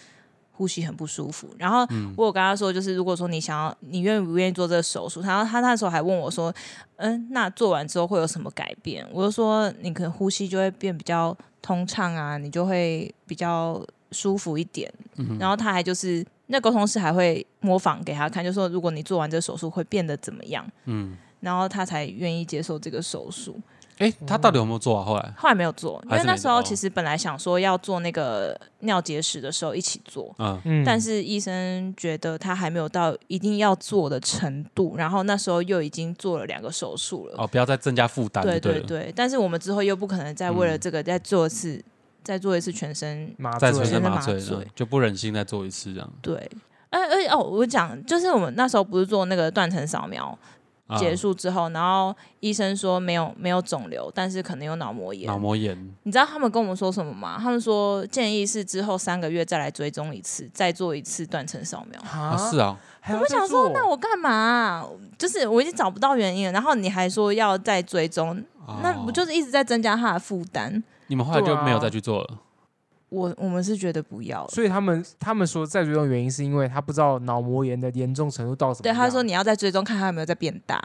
呼吸很不舒服。然后嗯我有跟他说，就是如果说你想要，你愿不愿意做这个手术？然后他那时候还问我说，嗯，那做完之后会有什么改变？我就说你可能呼吸就会变比较通畅啊，你就会比较舒服一点。嗯然后他还就是那沟通师还会模仿给他看，就说如果你做完这手术会变得怎么样？嗯，然后他才愿意接受这个手术。哎、嗯他到底有没有做啊？后来后来没有做，因还为是没那时候做哦其实本来想说要做那个尿结石的时候一起做，嗯，嗯但是医生觉得他还没有到一定要做的程度，然后那时候又已经做了两个手术了，哦，不要再增加负担，呃对对对了，对，但是我们之后又不可能再为了嗯这个再做一次，再做一次全身，麻再重醉全新身麻麻醉醉啊嗯就不忍心再做一次这样。对。而而且哦，我讲就是我们那时候不是做那个断层扫描啊结束之后，然后医生说没有没有肿瘤，但是可能有脑膜炎脑。膜炎，你知道他们跟我们说什么吗？他们说建议是之后三个月再来追踪一次，再做一次断层扫描。啊啊是啊，还要我再想说，做那我干嘛啊、就是我已经找不到原因了，然后你还说要再追踪，哦那不就是一直在增加他的负担？你们后来对就啊没有再去做了？我我们是觉得不要了。所以他们他们说再追踪原因是因为他不知道脑膜炎的严重程度到什么对，样。他说你要再追踪看他有没有在变大，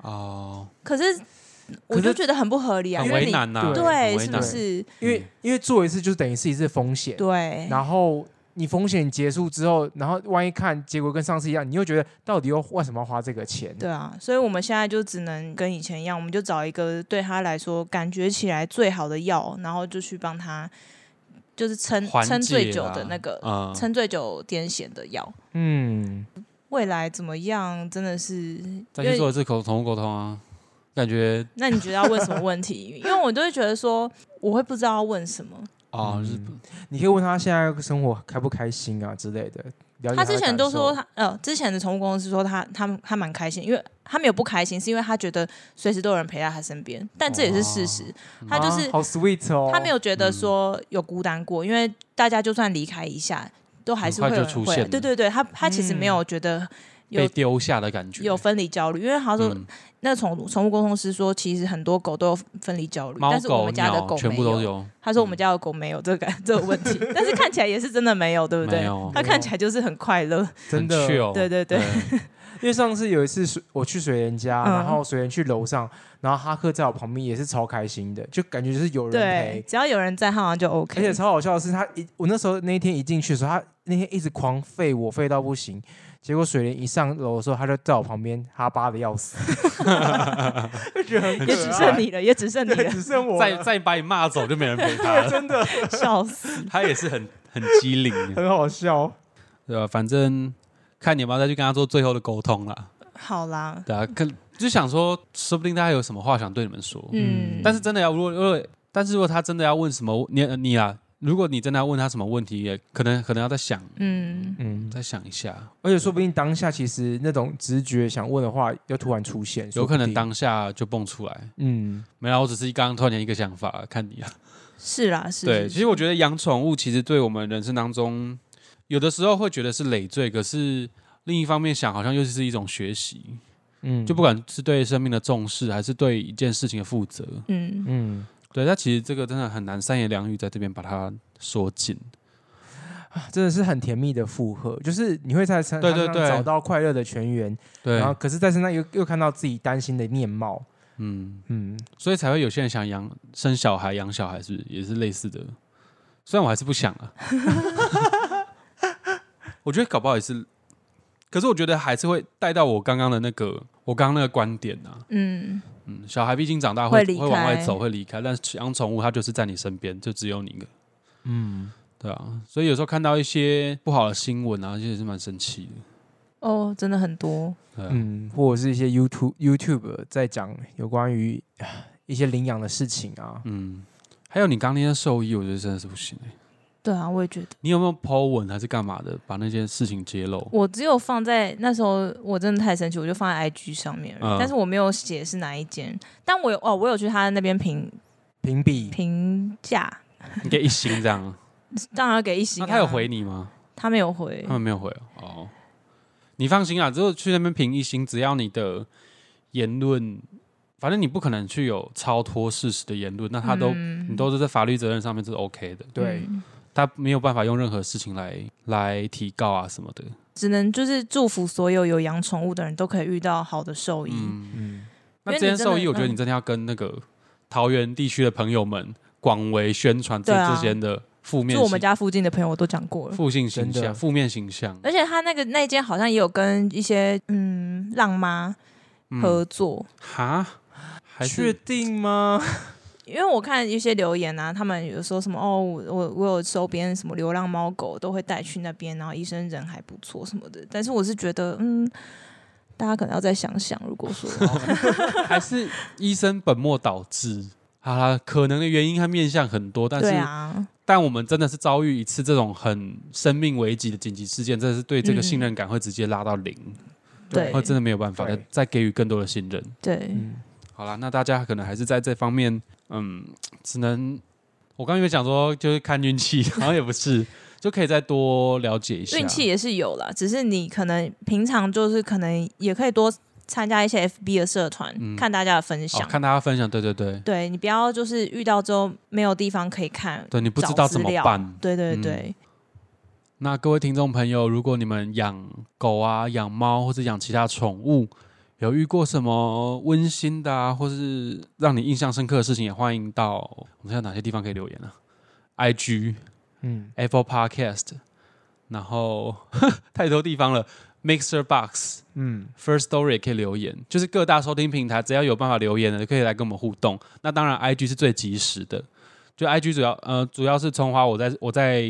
哦，可是我可就是觉得很不合理啊，很因为为你难呐，对很对为是不难。是？因为因为做一次就等于是一次风险，对，然后你风险结束之后，然后万一看结果跟上次一样，你又觉得到底又为什么要花这个钱？对啊，所以我们现在就只能跟以前一样，我们就找一个对他来说感觉起来最好的药，然后就去帮他，就是撑缓撑解最久啦的那个、嗯，撑最久癫痫的药。嗯，未来怎么样？真的是，再去做一次口宠物沟通啊，感觉那你觉得要问什么问题？因为我都会觉得说，我会不知道要问什么。哦，就是你可以问他现在生活开不开心啊之类的。了解他的之前都说感受他呃，之前的宠物公司说他他他蛮开心，因为他没有不开心，是因为他觉得随时都有人陪在他身边，但这也是事实。他就是啊好 sweet 哦，他没有觉得嗯说有孤单过，因为大家就算离开一下，都还是会很有快就人出回来现了对对对，他他其实没有觉得有、被丢下的感觉。有分离焦虑，因为他说、嗯，那宠物宠物沟通师说，其实很多狗都有分离焦虑，猫但是我狗们家的鸟狗全没部都有，嗯他说我们家的狗没有这个感这个问 题，但是看起来也是真的没有，对不没对有？哦它看起来就是很快乐，真的很 chill 对对对，因为上次有一次水我去水莲家，嗯然后水莲去楼上，然后哈克在我旁边也是超开心的，就感觉就是有人对陪，。只要有人在，它好像就而且 OK。超好笑的是，他一我那时候那一天一进去的时候，他那天一直狂吠我，吠到不行。结果水莲一上楼的时候，他就在我旁边哈巴的要死， 就觉得很可爱也只啊剩，你了，也只剩 你 对，了，只剩我再了，再把你骂走就没人陪他了。 真的笑死！他也是很很机灵，很好笑。对吧、反正看你有没有再去跟他做最后的沟通啦。好啦，对啊，可就想说，说不定他还有什么话想对你们说。嗯，但是真的要如果如果，但是如果他真的要问什么，你你啊，如果你真的要问他什么问题，也可能可能要再想嗯，嗯，再想一下，而且说不定当下其实那种直觉想问的话，又突然出现，说有不可能定当下就蹦出来。嗯，没啦，我只是刚刚突然间一个想法，看你啊。是啦，是。对，是其实我觉得养宠物其实对我们人生当中，有的时候会觉得是累赘，可是另一方面想，好像又是一种学习。嗯，就不管是对生命的重视，还是对一件事情的负责，嗯，嗯，对，但其实这个真的很难三言两语在这边把它说尽。真的是很甜蜜的负荷，就是你会在身对对他身上对找到快乐的泉源，对然，后可是在身上又又看到自己担心的面貌，嗯，嗯，所以才会有些人想养生小孩、养小孩，是不是也是类似的？虽然我还是不想啊， 我觉得搞不好也是，可是我觉得还是会带到我刚刚的那个，我刚刚那个观点啊，嗯，嗯，小孩毕竟长大会会离往外开走，会离开，但是养宠物它就是在你身边，就只有你一个。嗯，对啊，所以有时候看到一些不好的新闻啊，其实是蛮生气的。哦，真的很多，对啊，嗯，或者是一些 YouTube YouTube 在讲有关于 啊一些领养的事情啊，嗯还有你刚那件兽医，我觉得真的是不行、欸。对啊，我也觉得。你有没有 Po 文还是干嘛的，把那件事情揭露？我只有放在那时候，我真的太生气，我就放在 IG 上面而嗯已，但是我没有写是哪一间，但我有哦，我有去他那边评评比，评价，你给一星这 样，当然要给一星、那啊。哦他有回，你吗？他没有回他，们没有回哦。哦你放心啊，之后去那边评一星，只要你的言论，反正你不可能去有超脱事实的言论，那他都、嗯你都是在法律责任上面是 OK 的。对，嗯他没有办法用任何事情来来提告啊什么的。只能就是祝福所有有养宠物的人都可以遇到好的兽医。嗯，嗯，那因为这你件兽真医，的嗯我觉得你真的要跟那个桃园地区的朋友们广为宣传这对啊这些的负面就我们形家附近的朋友我都讲过了，负性形真的象、负面形象。而且他那个那间好像也有跟一些嗯浪妈合嗯，作，哈，还确是定吗？因为我看一些留言啊，他们有说什么哦，我我我有收编什么流浪猫狗都会带去那边，然后医生人还不错什么的，但是我是觉得嗯。大家可能要再想想，如果说 还是医生本末倒置。好啦，可能的原因和面向很多， 但是、对啊，但我们真的是遭遇一次这种很生命危急的紧急事件，真的是对这个嗯信任感会直接拉到零，对会真的没有办法再对再给予更多的信任。对，嗯，好啦，那大家可能还是在这方面，嗯，只能我刚刚有讲说就是看运气， 好像也不是，就可以再多了解一下运气。也是有啦，只是你可能平常就是可能也可以多参加一些 FB 的社团，嗯看大家的分哦享。，看大家分享，对对对，对你不要就是遇到之后没有地方可以看，对你不知找道怎资么料办。对对嗯对，那各位听众朋友，如果你们养狗啊、养猫或者养其他宠物，有遇过什么温馨的啊，或是让你印象深刻的事情，也欢迎到我们现在哪些地方可以留言啊？IG、嗯 Apple Podcast，然后 太多地方了，Mixer Box。嗯， First Story 也可以留言，就是各大收听平台只要有办法留言的，可以来跟我们互动。那当然，IG 是最及时的，就 IG 主要呃主要是葱花我在我在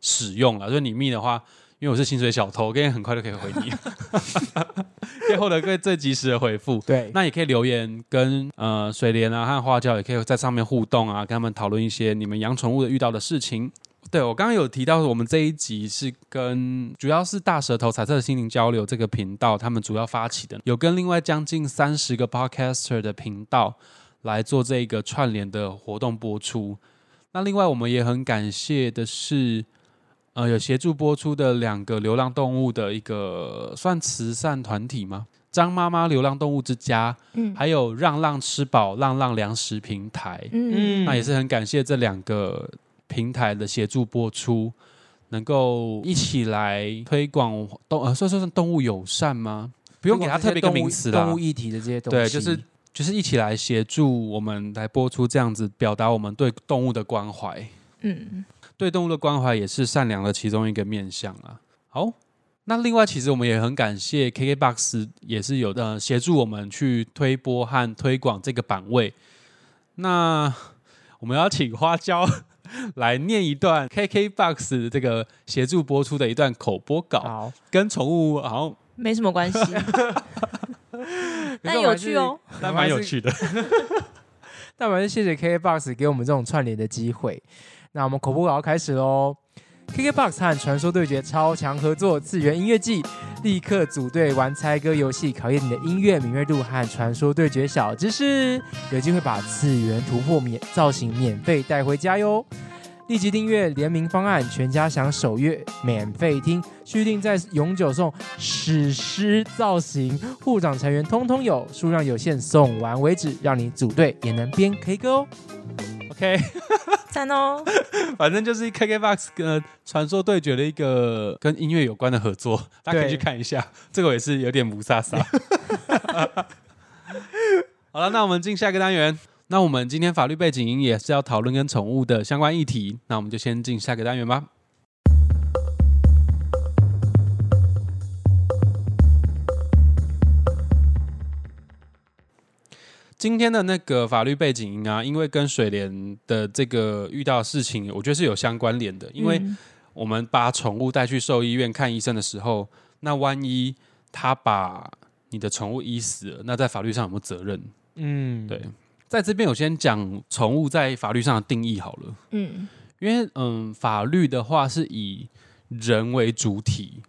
使用了，所以你密的话，因为我是薪水小偷，跟很快就可以回你， 可以获得最最及时的回复。对，那也可以留言跟呃水莲啊和花椒也可以在上面互动啊，跟他们讨论一些你们养宠物的遇到的事情。对我刚刚有提到，我们这一集是跟主要是大舌头彩色的心灵交流这个频道，他们主要发起的，有跟另外将近三十个 podcaster 的频道来做这个串联的活动播出。那另外我们也很感谢的是，呃，有协助播出的两个流浪动物的一个算慈善团体吗？张妈妈流浪动物之家，嗯还有让浪吃饱浪浪粮食平台，嗯那也是很感谢这两个平台的协助播出，能够一起来推广动呃，算算算动物友善吗？不不用给它特别一个名词啦动物，议题的这些东西，对，就是就是一起来协助我们来播出这样子，表达我们对动物的关怀，嗯，对动物的关怀也是善良的其中一个面向啦。好。那另外，其实我们也很感谢 KKBOX，也是有的协助我们去推播和推广这个版位。那我们要请花椒 来念一段 KKBOX 这个协助播出的一段口播稿，好，跟宠物好像没什么 关系， 但有趣哦。但蛮有趣的。那我们还是谢谢 KKBOX 给我们这种串联的机会。那我们口播稿要开始喽。KKBOX 和传说对决超强合作，次元音乐季立刻组队玩猜歌游戏，考验你的音乐敏锐度和传说对决小知识。有机会把次元突破免造型免费带回家哟！立即订阅联名方案，全家享首月免费听，续订再永久送史诗造型，护长成员通通有，数量有限，送完为止，让你组队也能边 K 歌哦。 OK，赞哦，反正就是 KKBOX 跟呃传说对决的一个跟音乐有关的合作， 大家可以对去看一下。这个我也是有点无萨 萨。好了，那我们进下一个单元。那我们今天法律背景音也是要讨论跟宠物的相关议题，那我们就先进下个单元吧。今天的那个法律背景音啊，因为跟水莲的这个遇到的事情，我觉得是有相关联的。因为嗯我们把宠物带去兽医院看医生的时候，那万一他把你的宠物医死了，那在法律上有没有责任？嗯，对在这边我先讲宠物在法律上的定义好了，嗯，因为嗯，法律的话是以人为主体，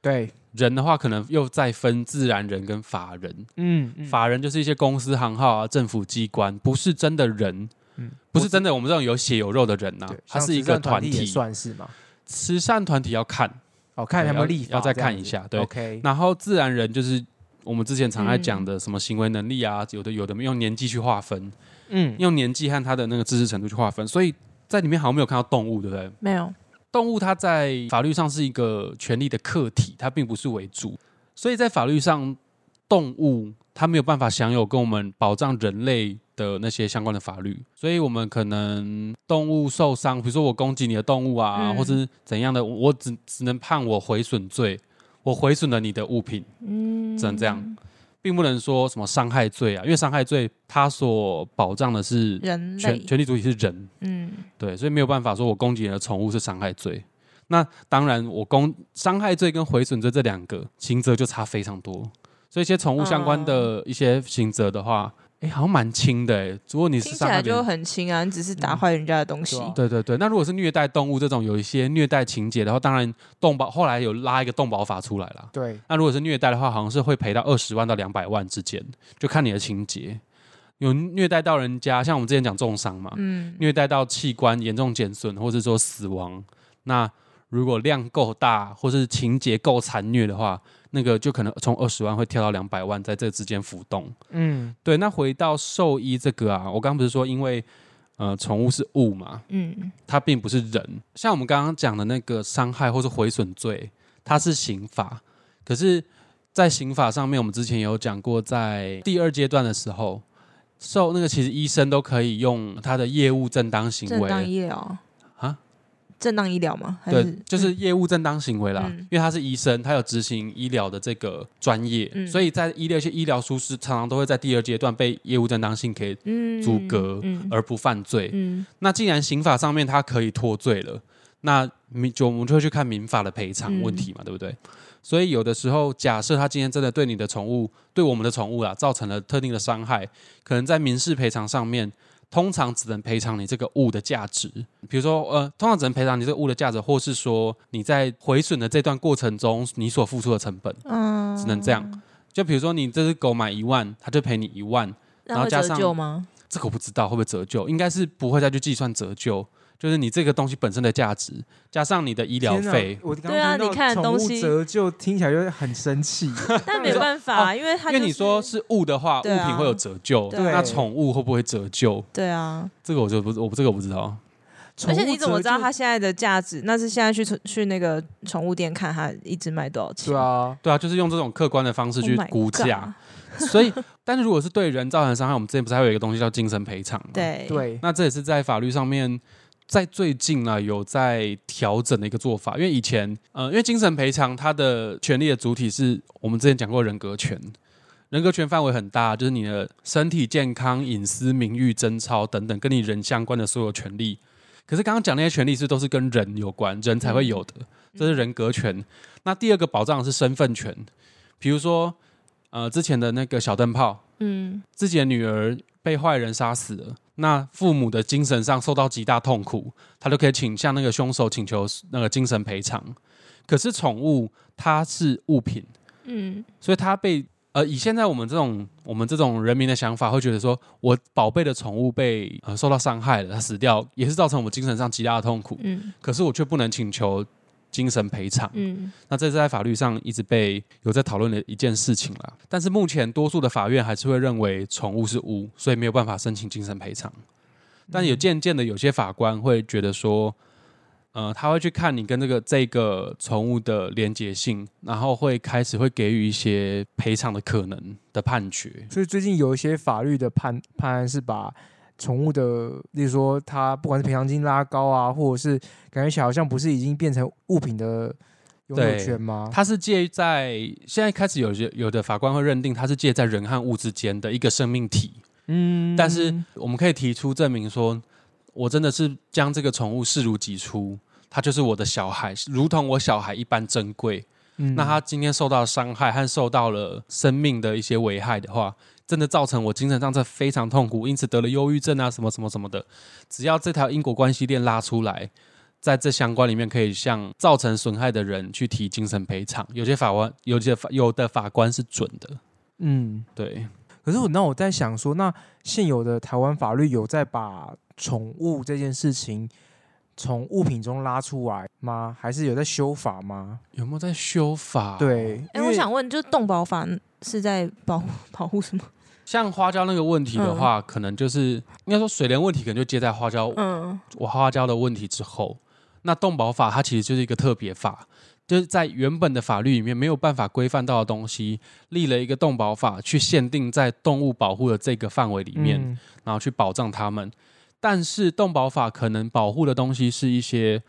对，人的话可能又再分自然人跟法人，嗯，嗯法人就是一些公司行号啊、政府机关，不是真的人，嗯不是真的我们这种有血有肉的人呐、啊对，它像是一慈个善团也体。算是嘛？慈善团体要看，哦，看有没有立法，要再这样看一子下对，OK，然后自然人就是我们之前常在讲的什么行为能力啊，有的有的用年纪去划分，嗯，用年纪和他的那个知识程度去划分，所以在里面好像没有看到动物，对不对？没有，动物它在法律上是一个权利的客体，它并不是为主，所以在法律上，动物它没有办法享有跟我们保障人类的那些相关的法律，所以我们可能动物受伤，比如说我攻击你的动物啊，嗯或是怎样的，我我只只能判我毁损罪，我毁损了你的物品，嗯，只能这样，并不能说什么伤害罪啊，因为伤害罪它所保障的是人权类，权利主体是人，嗯，对，所以没有办法说我攻击你的宠物是伤害罪。那当然，我攻伤害罪跟毁损罪这两个刑责就差非常多，所以一些宠物相关哦的一些刑责的话，哎、好像蛮轻的、诶如果你是听起伤来害别就人，很轻啊，你只是打坏人家的东西，对啊嗯对对对。那如果是虐待动物这种有一些虐待情节的话，当然动保后来有拉一个动保法出来啦。对，那如果是虐待的话，好像是会赔到二十万到两百万之间，就看你的情节。有虐待到人家，像我们之前讲重伤嘛，嗯，虐待到器官严重减损，或者说死亡，那如果量够大，或是情节够残虐的话，那个就可能从二十万会跳到两百万，在这之间浮动。嗯，对，那回到兽医这个啊，我刚刚不是说，因为呃，宠物是物嘛，嗯，它并不是人。像我们刚刚讲的那个伤害或是毁损罪，它是刑法，可是，在刑法上面，我们之前有讲过，在第二阶段的时候，受那个其实医生都可以用他的业务正当行正当为。医疗啊，正当医疗吗？还对，就是嗯业务正当行为啦，嗯因为他是医生，他有执行医疗的这个专业，嗯所以在医疗一些医疗疏失，常常都会在第二阶段被业务正当性给嗯阻隔嗯而不犯罪。嗯那既然刑法上面它可以脱罪了，那民就我们就会去看民法的赔偿问题嘛，对不对？所以有的时候，假设他今天真的对你的宠物，对我们的宠物啦，造成了特定的伤害，可能在民事赔偿上面，通常只能赔偿你这个物的价值，比如说呃，通常只能赔偿你这个物的价值，或是说你在毁损的这段过程中你所付出的成本，嗯，只能这样。就比如说你这只狗买一万，它就赔你一万，然那后会加折上 旧吗？这个我不知道会不会折旧，应该是不会再去计算折旧，就是你这个东西本身的价值加上你的医疗天哪费，我刚对啊听到你看的宠东物西折旧听起来就很生气，但没办法，啊因为他哦因为你说是物的话，物对啊品会有折旧，对那宠物会不会折旧？对啊，这个我就不，我这个我不知道。 而且你怎么知道它？它现在的价值？那是现在去宠去那个宠物店看它一只卖多少钱？对啊，对啊，就是用这种客观的方式 Oh 去 my 估 God 价，所以，但是如果是对人造成伤害，我们之前不是还有一个东西叫精神赔偿吗？，对，对，那这也是在法律上面，在最近呢有在调整的一个做法，因为以前呃，因为精神赔偿它的权利的主体是我们之前讲过人格权，人格权范围很大，就是你的身体健康、隐私、名誉、贞操等等跟你人相关的所有权利。可是刚刚讲那些权利是都是跟人有关，人才会有的，这是人格权。那第二个保障的是身份权，比如说呃之前的那个小灯泡，嗯自己的女儿被坏人杀死了，那父母的精神上受到极大痛苦，他就可以请向那个凶手请求那个精神赔偿。可是宠物它是物品，嗯，所以它被呃以现在我们这种我们这种人民的想法，会觉得说我宝贝的宠物被呃受到伤害了，它死掉也是造成我精神上极大的痛苦，嗯可是我却不能请求精神赔偿。嗯那这是在法律上一直被有在讨论的一件事情啦。但是目前多数的法院还是会认为宠物是污，所以没有办法申请精神赔偿。但有渐渐的，有些法官会觉得说，呃，他会去看你跟这个这个宠物的连结性，然后会开始会给予一些赔偿的可能的判决。所以最近有一些法律的判判案是把宠物的，例如说它不管是赔偿金拉高啊，或者是感觉起来好像不是已经变成物品的拥有对权吗？它是介于在现在开始有些有的法官会认定它是介在人和物之间的一个生命体，嗯但是我们可以提出证明说，我真的是将这个宠物视如己出，它就是我的小孩，如同我小孩一般珍贵。嗯那它今天受到伤害和受到了生命的一些危害的话，真的造成我精神上这非常痛苦，因此得了忧郁症啊，什么什么什么的。只要这条因果关系链拉出来。在这相关里面，可以向造成损害的人去提精神赔偿。有些法官，有些法有的法官是准的，嗯，对，可是我那我在想说，那现有的台湾法律有在把宠物这件事情从物品中拉出来吗？还是有在修法吗？有没有在修法？对，哎、因我为嗯想问，就是动保法是在保护保护什 么？像花椒那个问题的话，可能就是应该说水莲问题，可能就接在花椒嗯我花椒的问题之后。那动保法它其实就是一个特别法，就是在原本的法律里面没有办法规范到的东西，立了一个动保法去限定在动物保护的这个范围里面， 嗯然后去保障它们。但是动保法可能保护的东西是一些，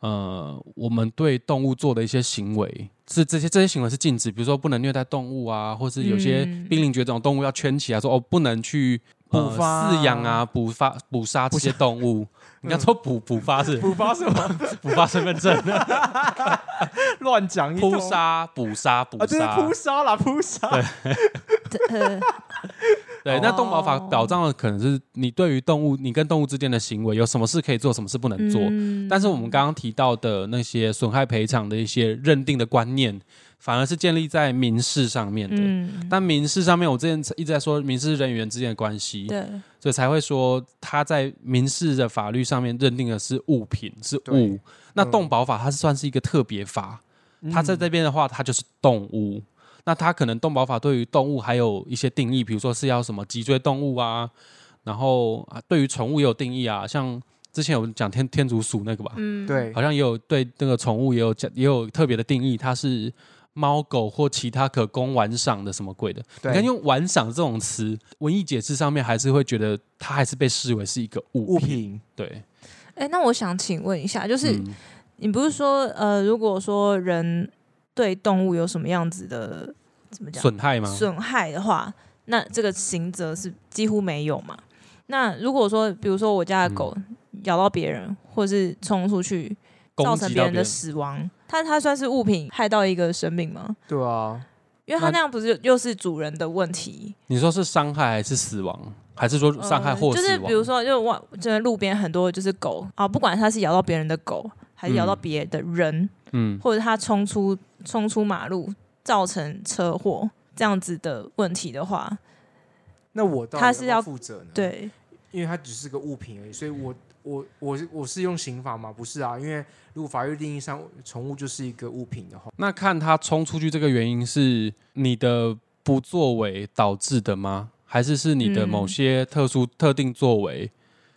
呃，我们对动物做的一些行为，是这些这些行为是禁止，比如说不能虐待动物啊，或是有些嗯濒临绝种动物要圈起来，说哦不能去呃捕发饲养啊、捕发、捕杀这些动物。你刚说捕捕发 是补发什么捕发身份证，乱讲一通 扑杀、捕杀、捕啊，就是杀，扑杀啦，扑杀。呃，对，那动保法哦保障的可能是你对于动物，你跟动物之间的行为有什么事可以做，什么事不能做。嗯但是我们刚刚提到的那些损害赔偿的一些认定的观念，反而是建立在民事上面的。嗯，但民事上面，我之前一直在说民事人员之间的关系，对，所以才会说他在民事的法律上面认定的是物品是物对。那动保法它是算是一个特别法，它在这边的话，它就是动物。那它可能动保法对于动物还有一些定义，比如说是要什么脊椎动物啊，然后啊对于宠物也有定义啊，像之前有讲天天竺鼠那个吧，嗯，对好像也有对那个宠物也有讲也有特别的定义，它是猫狗或其他可供玩赏的什么鬼的。对你看用“玩赏”这种词，文艺解释上面还是会觉得它还是被视为是一个物物品。品，对，哎、那我想请问一下，就是、嗯你不是说呃，如果说人对动物有什么样子的怎么讲损害吗？损害的话，那这个刑责是几乎没有嘛？那如果说，比如说我家的狗咬到别人，或是冲出去造嗯攻成击别到人的死亡，它它算是物品害到一个生命吗？对啊，因为它那那样不是又是主人的问题，你说是伤害还是死亡，还是说伤害或呃死亡？就是比如说，就外就是路边很多就是狗啊，不管它是咬到别人的狗，还是咬到嗯别的人，嗯，或者它冲出冲出马路造成车祸这样子的问题的话，那我到底他是要要不负责呢？，对，因为它只是个物品而已，所以我我我是我是用刑法嘛，不是啊？因为如果法律定义上宠物就是一个物品的话，那看他冲出去这个原因是你的不作为导致的吗？还是是你的嗯某些特殊特定作为？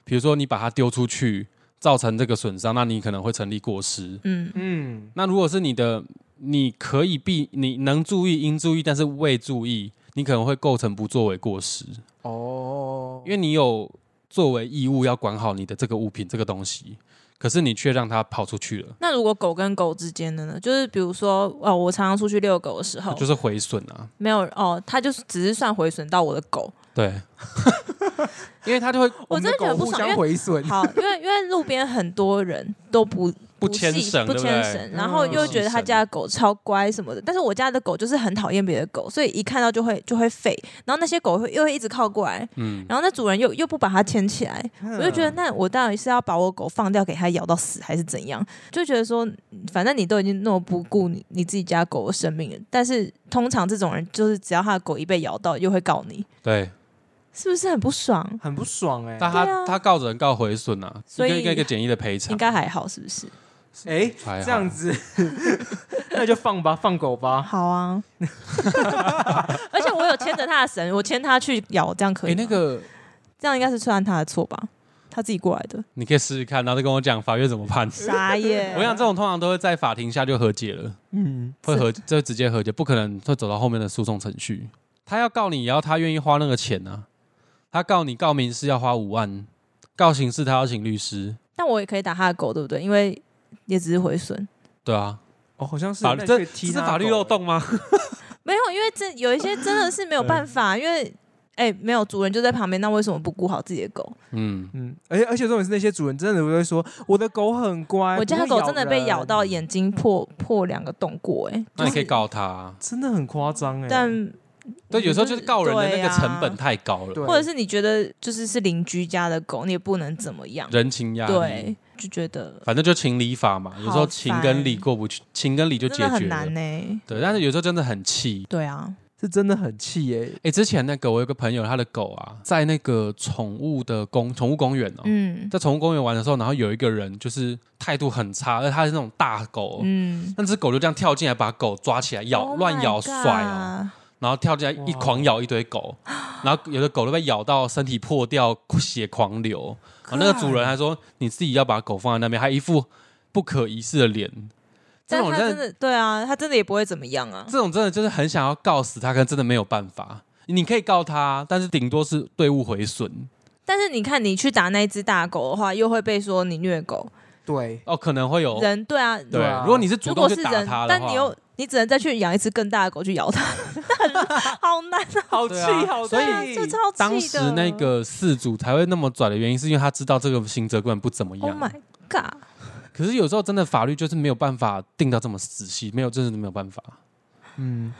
比如说你把它丢出去，造成这个损伤，那你可能会成立过失。嗯嗯，那如果是你的，你可以避，你能注意应注意，但是未注意，你可能会构成不作为过失，哦，因为你有作为义务要管好你的这个物品这个东西，可是你却让它跑出去了，那如果狗跟狗之间的呢？就是比如说，哦，我常常出去遛狗的时候，就是毁损啊。没有哦，它就是只是算毁损到我的狗。对，因为它就会我真的觉得们不狗互爽，因相 为毁损，好，因为因为路边很多人都不不不牵细绳，不对牵对？绳，然后嗯又不觉细得他绳家的狗超乖什么的，但是我家的狗就是很讨厌别的狗，所以一看到就会就会吠，然后那些狗会又会一直靠过来，嗯，然后那主人又又不把它牵起来，我就觉得那我到底是要把我狗放掉给它咬到死，还是怎样？就觉得说，反正你都已经那么不顾你你自己家狗的生命了，但是通常这种人就是只要他的狗一被咬到，又会告你，对。是不是很不爽？很不爽哎、但对他啊他告着人告回损啊，一所个以一个一个简易的赔偿应，该还好，是不是？哎、还好这 样子，那就放吧，放狗吧。好啊，而且我有牵着他的绳，我牵他去咬，这样可以诶吗？哎那个这样应该是算他的错吧？他自己过来的，你可以试试看，然后再跟我讲法院怎么判。傻耶！我想这种通常都会在法庭下就和解了，嗯，会和就直接和解，不可能会走到后面的诉讼程序。他要告你，也要他愿意花那个钱啊。他告你告民事要花五万，告刑事他要请律师，但我也可以打他的狗，对不对？因为也只是毁损，对啊，哦，好像是法那律你这可以这踢是他法律狗欸漏洞吗？没有，因为这有一些真的是没有办法，因为哎、没有主人就在旁边，那为什么不顾好自己的狗？嗯，嗯，而且而且重点是那些主人真的都会说我的狗很哎乖，我家的不会狗真的被咬人，到眼睛破破两个洞过、哎，那你可以就是，告他啊。真的很夸张哎。但对，有时候就是告人的那个成本对啊太高了，对或者是你觉得就是是邻居家的狗，你也不能怎么样，人情压力。对，，就觉得反正就情理法嘛，有时候情跟理过不去，情跟理就真解的决很了难。呢、欸对，但是有时候真的很气。对啊，是真的很气耶、哎，之前那个我有个朋友，他的狗啊，在那个宠物的公宠物公园哦，嗯在宠物公园玩的时候，然后有一个人就是态度很差，而且他是那种大狗哦，嗯，那只狗就这样跳进来，把狗抓起来咬， Oh 乱咬 my 甩哦， God 然后跳进来一哇狂咬一堆狗，然后有的狗都被咬到身体破掉，血狂流。然哦后那个主人还说：“你自己要把狗放在那边，还一副不可一世的脸。”这但种他真真的，的对啊，他真的也不会怎么样啊。这种真的就是很想要告死他，可是真的没有办法。你可以告他，但是顶多是队伍毁损但是你看，你去打那一只大狗的话，又会被说你虐狗。对，哦，可能会有人对啊，对对啊。如果你是主如动果去是打人他，的但话，你又你只能再去养一只更大的狗去咬它，好难啊！好对啊所以啊这超气的。当时那个事主才会那么拽的原因，是因为他知道这个刑责根本不怎么样。 ，Oh my god！可是有时候真的法律就是没有办法定到这么仔细，没有真的没有办法。嗯，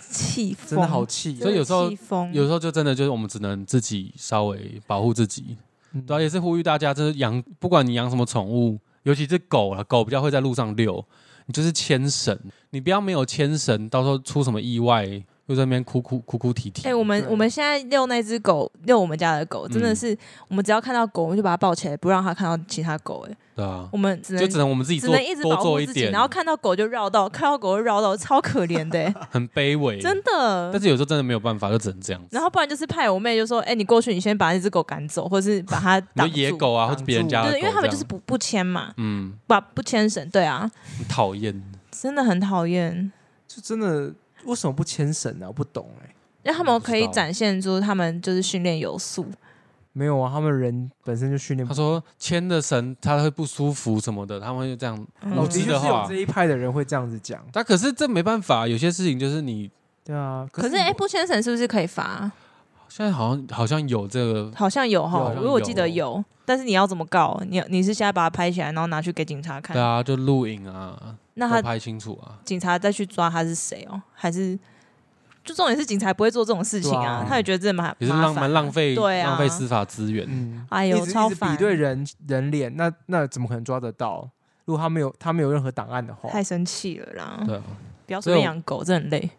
气疯，真的好气、哦所以有时候气疯，有时候就真的就是我们只能自己稍微保护自己，嗯对、啊，也是呼吁大家，就是养不管你养什么宠物，尤其是狗了，狗比较会在路上遛，你就是牵绳，你不要没有牵绳，到时候出什么意外又在那边哭哭哭哭啼啼。哎、我们对我们现在遛那只狗，遛我们家的狗，真的嗯是、我们只要看到狗，我们就把它抱起来，不让它看到其他狗、哎，对啊，我们只能就只能我们自己只做能一直多保护做一自己，啊点，然后看到狗就绕道，看到狗就绕道，超可怜 的、哎很卑微，真的但。是有时候真的没有办法，就只能这样子。然后不然就是派我妹就说：“哎、你过去，你先把那只狗赶走，或是把它你挡说住。”野狗啊，或者别人家的狗对，因为他们就是这样不不牵嘛，嗯，不不牵绳，对啊，很讨厌。真的很讨厌。就真的为什么不牵绳呢、我不懂哎、因为他们嗯不知道可以展现出他们就是训练有素，没有啊，他们人本身就训练他不。说牵的绳他会不舒服什么的，他们就这样。嗯我哦，的知确道是有这一派的人会这样子讲，但可是这没办法，有些事情就是你对啊。可是哎、不牵绳是不是可以罚？现在好像好像有这个，好像有有哈，好因像为我记得有有，但是你要怎么告？你你是现在把它拍起来，然后拿去给警察看？对啊，就录影啊，那都他拍清楚啊。警察再去抓他是谁哦？还是就重点是警察不会做这种事情啊？对啊他也觉得这蛮也是麻浪烦蛮浪费，对啊浪费司法资源。嗯，哎一呦，直超一直比烦，对人人脸，那那怎么可能抓得到？如果他没有他没有任何档案的话，太生气了啦！对啊，不要随便养狗，真的 很累。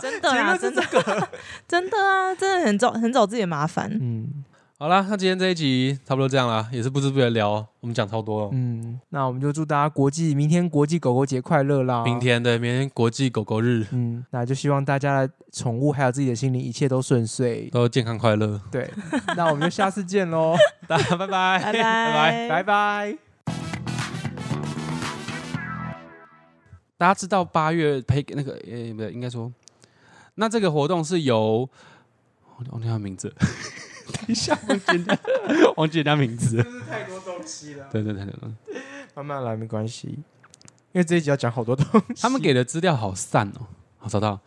真的啦，真的， 真的啊，真的很找很找自己的麻烦。嗯好啦，那今天这一集差不多这样啦，也是不知不觉聊，我们讲超多了。嗯，那我们就祝大家国际明天国际狗狗节快乐啦！明天对，明天国际狗狗日，嗯，那就希望大家的宠物还有自己的心灵一切都顺遂。都健康快乐，对，那我们就下次见喽， 大家拜拜，拜拜。拜拜。大家知道八月陪那个呃，不对，应该说，那这个活动是由我忘记他名字，等一下忘记人家 忘记人家名字了，是 太多东西了，对对对对对，慢慢来没关系，因为这一集要讲好多东西。他们给的资料好散哦，好找到